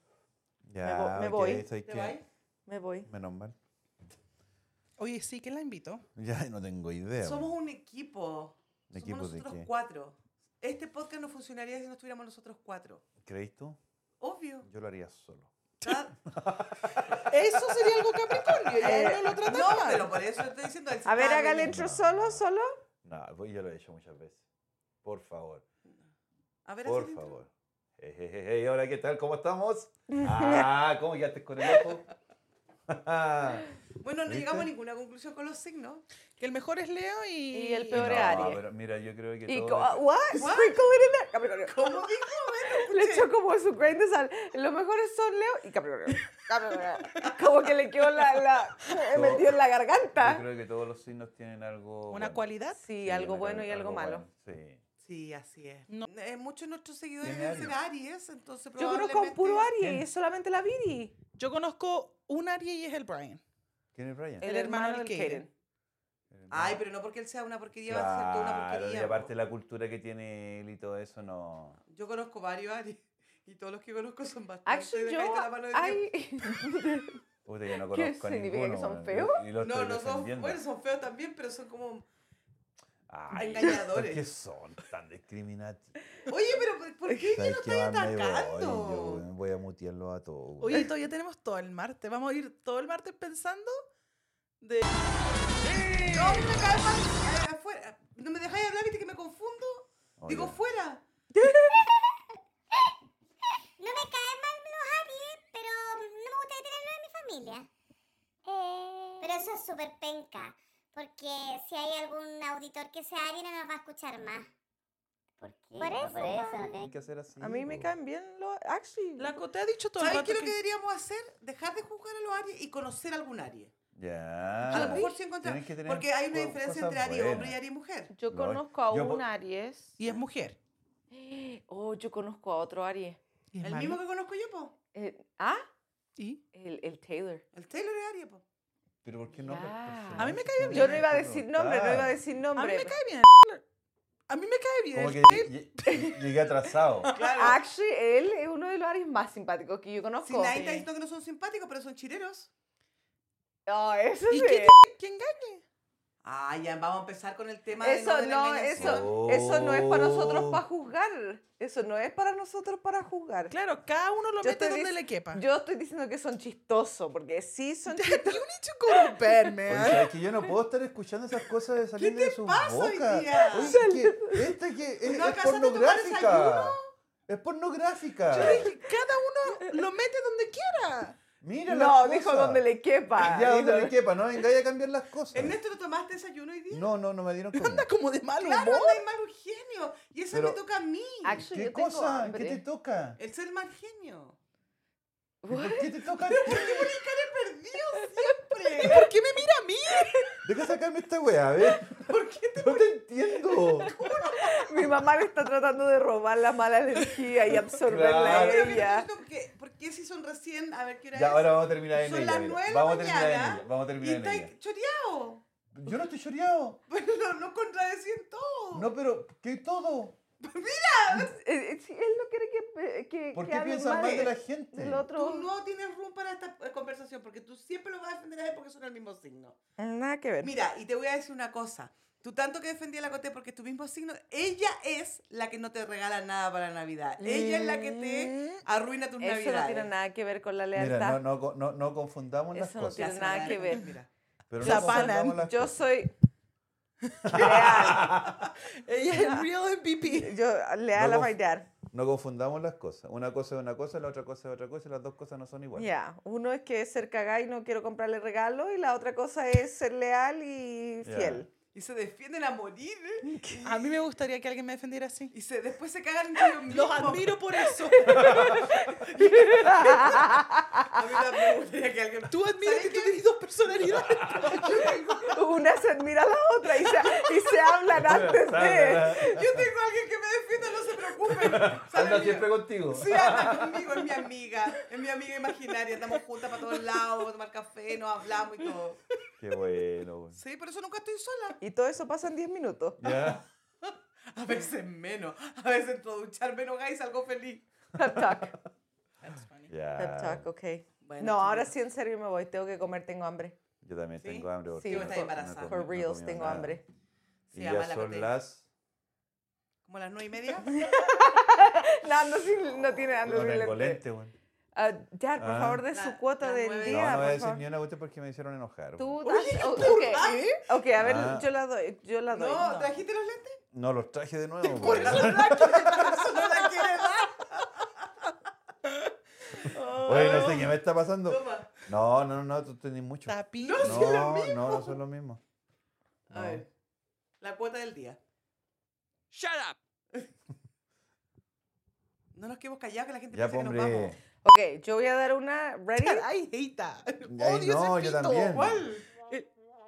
S3: Ya,
S1: me
S3: ok,
S1: voy.
S3: ¿sabes
S2: ¿Te
S3: qué?
S2: vais?
S1: me voy.
S3: Menos mal.
S4: Oye, sí, que la invito.
S3: Ya no tengo idea.
S2: Somos un equipo.
S3: ¿De
S2: Somos
S3: equipo de
S2: nosotros
S3: qué?
S2: cuatro. Este podcast no funcionaría si no estuviéramos nosotros cuatro.
S3: ¿Crees tú?
S2: Obvio.
S3: Yo lo haría solo.
S2: Cada-
S4: Eso sería algo Capricornio. Ya
S1: Eh,
S4: no lo tratan
S2: No,
S4: mal.
S2: pero por eso estoy diciendo. él se
S1: A ver,
S2: sabe.
S1: hágale intro
S3: No.
S1: solo, solo.
S3: No, pues yo lo he hecho muchas veces. Por favor,
S2: A ver,
S3: por
S2: haz el intro.
S3: favor. Hey, hey, hey, hey, hola, ¿qué tal? ¿Cómo estamos? Ah, ¿cómo ya te con el ojo?
S2: Bueno, no
S3: ¿Viste?
S2: llegamos a ninguna conclusión con los signos.
S4: Que el mejor es Leo y...
S1: Y el peor es
S3: No,
S1: Aries.
S3: pero mira, yo creo que
S1: Y
S3: todo
S1: co- ah,
S3: dep-
S1: what? Sprinkle it in there. Capricornio.
S2: ¿Cómo dijo?
S1: Le echó como su grain de sal. Los mejores son Leo y Capricornio. Capricornio. Como que le quedó la, la eh,
S3: No.
S1: metido en la
S3: yo
S1: garganta.
S3: creo que todos los signos tienen algo.
S4: Una
S3: bueno.
S4: cualidad.
S1: Sí,
S3: Sí,
S1: algo
S3: una
S1: bueno y
S3: cual-
S1: algo malo.
S3: bueno, Sí.
S2: Sí, así es.
S4: No.
S2: Eh, muchos de nuestros seguidores
S3: Tiene
S2: deben ser
S3: Aries.
S2: Aries, entonces
S1: Yo conozco a un
S2: probablemente-
S1: puro Aries y
S3: ¿Quién?
S1: es solamente la Viri.
S4: Yo conozco un Aries y es el Brian.
S3: ¿Quién es Brian?
S1: El,
S4: El
S1: hermano,
S4: hermano
S1: del
S4: del
S1: Kaden.
S2: Ay, pero no porque él sea una porquería, va a ser toda una
S3: Claro,
S2: porquería.
S3: y aparte
S2: po.
S3: la cultura que tiene él y todo eso, no.
S2: Yo conozco varios Aries. Y todos los que conozco son bastante.
S1: Actually, yo.
S2: decaídos a la mano de Dios.
S1: Ay,
S3: Puta, yo no
S1: ¿Qué
S3: conozco
S1: significa
S3: a
S1: que
S3: ninguno,
S1: son
S3: weón,
S1: feos?
S3: y- y lo
S2: No,
S3: estoy
S2: no son.
S3: defendiendo.
S2: Bueno, son feos también, pero son como.
S3: Ay,
S2: engañadores.
S3: ¿por qué son tan discriminativos?
S2: Oye, pero ¿por- ¿por qué yo
S3: ¿Sabes
S2: no
S3: qué?
S2: estoy
S3: Más me voy, yo,
S2: atacando?
S3: weón, Voy a mutearlo a todos. weón.
S4: Oye, todavía tenemos todo el martes. Vamos a ir todo el martes pensando de.
S2: No, me cae mal. Eh, afuera. No me dejáis hablar, viste que me confundo.
S3: Oye,
S2: Digo, fuera.
S6: No me caen mal los Aries, pero no me gustaría tenerlo en mi familia. Pero eso es súper penca, porque si hay algún auditor que sea Aries no nos va a escuchar más. ¿Por qué? Por eso. pues. no tiene
S3: Hay que hacer así.
S1: a mí me
S3: po.
S1: caen bien los. Actually.
S4: La Cote ha dicho todo el
S2: ¿Sabes
S4: rato
S2: qué es lo
S4: que-
S2: que deberíamos hacer? Dejar de juzgar a los Aries y conocer a algún Aries.
S3: Ya.
S2: A lo mejor sí encontramos.
S3: Tienes que tener
S2: Porque hay una
S3: co-
S2: diferencia
S3: cosas
S2: entre Aries
S3: buenas.
S2: hombre y Aries mujer.
S1: yo
S3: Lo-
S1: conozco a
S3: yo po-
S1: un Aries.
S4: Y es mujer.
S1: Oh, yo conozco a otro Aries.
S4: Y es
S2: El
S4: malo.
S2: mismo que conozco yo, po.
S1: Eh, ah,
S4: Y-
S1: el, el Taylor.
S2: El Taylor es Aries, po.
S3: Pero ¿por qué no?
S1: Ya.
S4: A mí me cae
S1: Yo no iba a decir nombre, no iba a decir
S4: A mí
S1: nombre.
S4: me cae bien. A mí me cae bien.
S3: Como
S4: el
S3: que
S4: Taylor.
S3: lle- llegué atrasado.
S2: Claro.
S1: Actually, él es uno de los Aries más simpáticos que yo
S2: Si
S1: conozco.
S2: nadie está diciendo que no son simpáticos, pero son chileros.
S1: Oh, eso
S4: ¿Y
S1: sí.
S4: qué, qué engañe?
S2: Ah, ya vamos a empezar con el tema de
S1: Eso
S2: de la
S1: no,
S2: engañación.
S1: eso, eso no es para nosotros
S3: Oh.
S1: para juzgar. Eso no es para nosotros para juzgar.
S4: Claro, cada uno lo
S1: Yo
S4: mete
S1: te
S4: donde
S1: dic-
S4: le quepa.
S1: Yo estoy diciendo que son chistosos, porque sí son chistosos.
S4: corromperme.
S3: Oye, ¿sabes que yo no puedo estar escuchando esas cosas de salir de su
S2: pasa hoy
S3: boca.
S2: día?
S3: Oye, que esta que es,
S2: ¿No
S3: es
S2: acaso no tomar
S3: pornográfica. Es pornográfica.
S4: Yo dije, cada uno lo mete donde quiera.
S3: Mira
S1: No, dijo donde le quepa.
S3: quepa. Ya donde
S1: dijo-
S3: le quepa, no vengáis a cambiar las cosas.
S2: Ernesto, ¿no tomaste desayuno hoy día? Ah,
S3: No, no, no me dieron comida.
S4: Anda como de mal
S2: Claro,
S4: humor.
S2: anda el mal genio. Y eso me
S3: Pero-
S2: toca a mí.
S1: Actually,
S3: ¿Qué
S1: yo tengo
S3: cosa? ¿Qué
S1: hambre.
S3: te toca?
S2: El ser mal genio.
S3: ¿Y ¿Por qué te toca?
S4: ¿Y por qué me mira a mí?
S3: Deja sacarme esta weá, a ver.
S2: ¿Por qué?
S3: No te entiendo.
S1: Mi mamá le está tratando de robar la mala energía y absorberla
S3: Claro.
S1: a
S2: Pero mira,
S1: ella.
S2: yo creo que- ¿Por qué si son recién? A ver qué hora
S3: Ya,
S2: es?
S3: ahora vamos a terminar en
S2: Son
S3: ella.
S2: las
S3: mira.
S2: nueve de la
S3: Vamos a terminar en
S2: mañana
S3: ella. Vamos a
S2: y
S3: terminar en ella.
S2: está choreado.
S3: Yo no estoy choreado.
S2: Bueno, no contradecen todo.
S3: No, pero ¿qué todo?
S1: Eh, eh, sí, él no quiere que, eh, que,
S3: ¿Por
S1: que
S3: qué
S1: hablen
S3: piensan mal de la
S1: él.
S3: gente?
S1: El otro...
S2: Tú no tienes room para esta eh, conversación porque tú siempre lo vas a defender a él porque son el mismo signo.
S1: Nada que ver.
S2: Mira, y te voy a decir una cosa. Tú tanto que defendías a la Cote porque es tu mismo signo, ella es la que no te regala nada para Navidad. Ella es la que te arruina tus
S1: Mm. Eso no
S2: Navidades.
S1: tiene nada que ver con la
S3: Mira, no,
S1: lealtad.
S3: no, co- no, no confundamos las
S1: Eso no
S3: cosas.
S1: tiene
S2: se
S1: nada
S2: van a
S1: que
S2: dar-
S1: ver.
S2: Mira.
S3: Pero
S4: Se
S3: no
S4: apanan.
S3: confundamos las
S1: Yo
S3: cosas.
S1: soy leal.
S4: Ella es el real MVP.
S1: Yo leal
S3: No
S1: a my
S3: conf-
S1: dad.
S3: No confundamos las cosas. Una cosa es una cosa, la otra cosa es otra cosa y las dos cosas no son
S1: Ya,
S3: iguales.
S1: uno es que es ser cagá y no quiero comprarle regalo y la otra cosa es ser leal y
S3: Ya.
S1: fiel.
S2: Y se defienden a morir. ¿eh?
S4: A mí me gustaría que alguien me defendiera así.
S2: Y se, después se cagan entre ellos mismos.
S4: Los admiro por eso.
S2: A mí también me gustaría que alguien...
S4: Tú admiras que tú tienes dos personalidades.
S1: Una se admira a la otra y se, y se hablan antes de...
S2: Yo tengo a alguien que me defienda, no se preocupen. Sale
S3: Anda
S2: el
S3: siempre
S2: mío.
S3: contigo.
S2: Sí, anda conmigo, es mi amiga. Es mi amiga imaginaria. Estamos juntas para todos lados, vamos a tomar café, nos hablamos y todo.
S3: Qué bueno. güey.
S2: Sí, por eso nunca estoy sola.
S1: Y todo eso pasa en 10 minutos.
S3: Ya.
S2: A veces menos. A veces todo ducharme menos y salgo feliz.
S1: Pep talk, pep
S3: Ya.
S1: talk, ok.
S2: Bueno,
S1: no, ahora
S2: chiquillos.
S1: sí en serio me voy, tengo que comer, tengo hambre.
S3: Yo también
S2: ¿Sí?
S3: tengo hambre. porque
S1: Sí,
S3: no
S1: está
S3: he comido-
S2: embarazada.
S3: no he comido-
S1: For
S3: no he
S1: reals,
S3: comido
S1: tengo
S3: nada.
S1: hambre.
S2: Sí,
S3: Y
S2: ama
S3: ya
S2: la
S3: son
S2: Cote.
S3: las...
S2: Como las nueve y media.
S1: No, ando sin, Ah, no tiene, ando
S3: No
S1: sin
S3: tengo
S1: lente.
S3: lente, güey.
S1: Ah, Dad, por
S3: Ah.
S1: favor, de
S2: La-
S1: su cuota
S2: la
S1: del
S2: nueve.
S1: día.
S3: No, no voy
S1: por
S3: a decir
S1: favor.
S3: ni una cuestión porque me hicieron enojar.
S1: Tú
S3: güey.
S2: Ah,
S1: das- o- okay. ok, a ver,
S3: Ah.
S1: yo la doy, yo la doy.
S2: ¿Eh? No, ¿trajiste los lentes?
S3: No, los traje de nuevo.
S2: Por
S3: güey.
S2: eso no la quiere, por eso no la quiere dar.
S3: Oye, no sé qué me está pasando.
S2: Toma.
S3: No, no, no, tú tenés mucho.
S4: Tapi.
S2: No,
S3: No,
S2: sí, lo mismo.
S3: no, no son lo mismo.
S2: A ver, la cuota del día.
S4: Shut up.
S2: No nos quedemos callados que la gente
S3: Ya,
S2: piensa
S3: hombre.
S2: que nos vamos.
S1: Ok, yo voy a dar una. ¿Ready?
S4: Ay, Heita.
S3: Ay,
S4: Odio
S3: no,
S4: ese
S3: yo
S4: pito.
S3: también.
S4: ¿Cuál?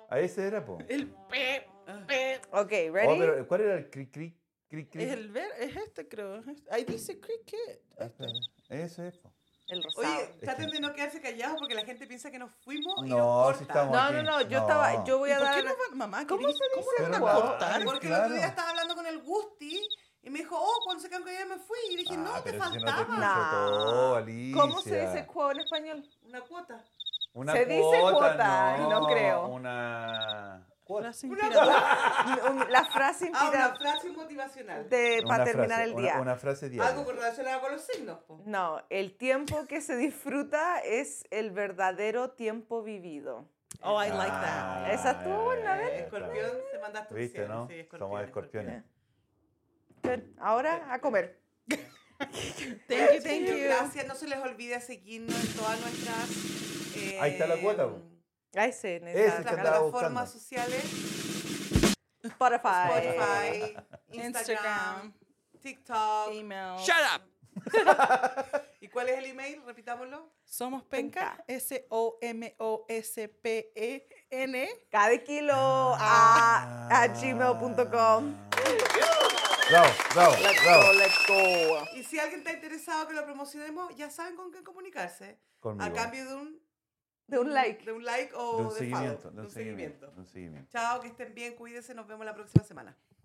S3: Ahí ese era, po.
S4: El pe, pe.
S1: Ok,
S3: Oh,
S1: ¿ready?
S3: pero ¿cuál era el cri cri cri cri?
S4: Es el ver, es este creo. Ahí dice cricket.
S3: Ah, espera, Ese es, po.
S1: El rosado.
S2: Oye, traten de no quedarse callados porque la gente piensa que nos fuimos y
S3: No,
S2: nos corta.
S3: sí estamos.
S1: no, no, no,
S3: aquí.
S1: yo estaba. Yo voy
S4: ¿Y
S1: a
S4: por
S1: dar.
S4: qué no van? Mamá,
S1: ¿Cómo
S4: ¿cómo,
S1: se
S4: ¿cómo
S1: dice
S4: no van a
S3: guau?
S4: cortar?
S2: Porque el
S3: Claro.
S2: otro día estaba hablando con el Gusti y me me dijo, oh, cuando se cambió ya me fui. Y dije, no, te
S3: si no te
S2: faltaba
S3: escucho
S1: No.
S3: todo, Alicia.
S1: ¿Cómo se dice cuo en español?
S2: una cuota.
S3: Una
S1: se dice cuota, no creo.
S3: Una cuota.
S4: Frase inspiradora.
S1: Un- La frase
S2: Ah, una
S1: inspirada
S2: frase motivacional.
S1: de-
S3: Una
S1: para terminar
S3: frase,
S1: el
S3: una-
S1: día.
S3: Una, frase diaria.
S2: Algo relacionado con los signos. po.
S1: No, el tiempo que se disfruta es el verdadero tiempo vivido.
S4: Oh, I like that.
S3: Ah,
S1: Esa tú,
S3: ya, ya,
S1: una
S3: ya,
S1: vez.
S3: ya,
S2: Eh, Escorpión, te mandaste un
S3: Viste,
S2: cielo,
S3: ¿no?
S2: sí, escorpión,
S3: Somos
S2: escorpión.
S3: escorpiones.
S1: Ven, Ahora a comer.
S4: Thank you, thank you.
S2: Gracias, no se les olvide seguirnos en todas nuestras. eh,
S3: Ahí está la cuota, po.
S1: Ahí se
S3: Ese que
S1: necesita.
S3: andaba
S2: plataformas
S3: buscando.
S2: sociales:
S1: Spotify.
S2: Spotify, Instagram,
S4: Instagram.
S2: TikTok.
S4: Email.
S5: Shut up.
S2: ¿Y cuál es el email? Repitámoslo.
S4: Somos penca. E S-O-M-O-S-P-E-N.
S1: Cada kilo a,
S3: Ah.
S1: a gmail.com.
S3: Bravo, bravo, bravo.
S1: Let's go.
S2: Y si alguien está interesado que lo promocionemos, ya saben con quién comunicarse. A
S3: Conmigo.
S2: cambio de un,
S1: De un like.
S2: de un like o
S3: De
S2: de
S3: un
S2: follow,
S3: seguimiento,
S2: de un seguimiento.
S3: de un seguimiento.
S2: Chao, que estén bien, cuídense, nos vemos la próxima semana.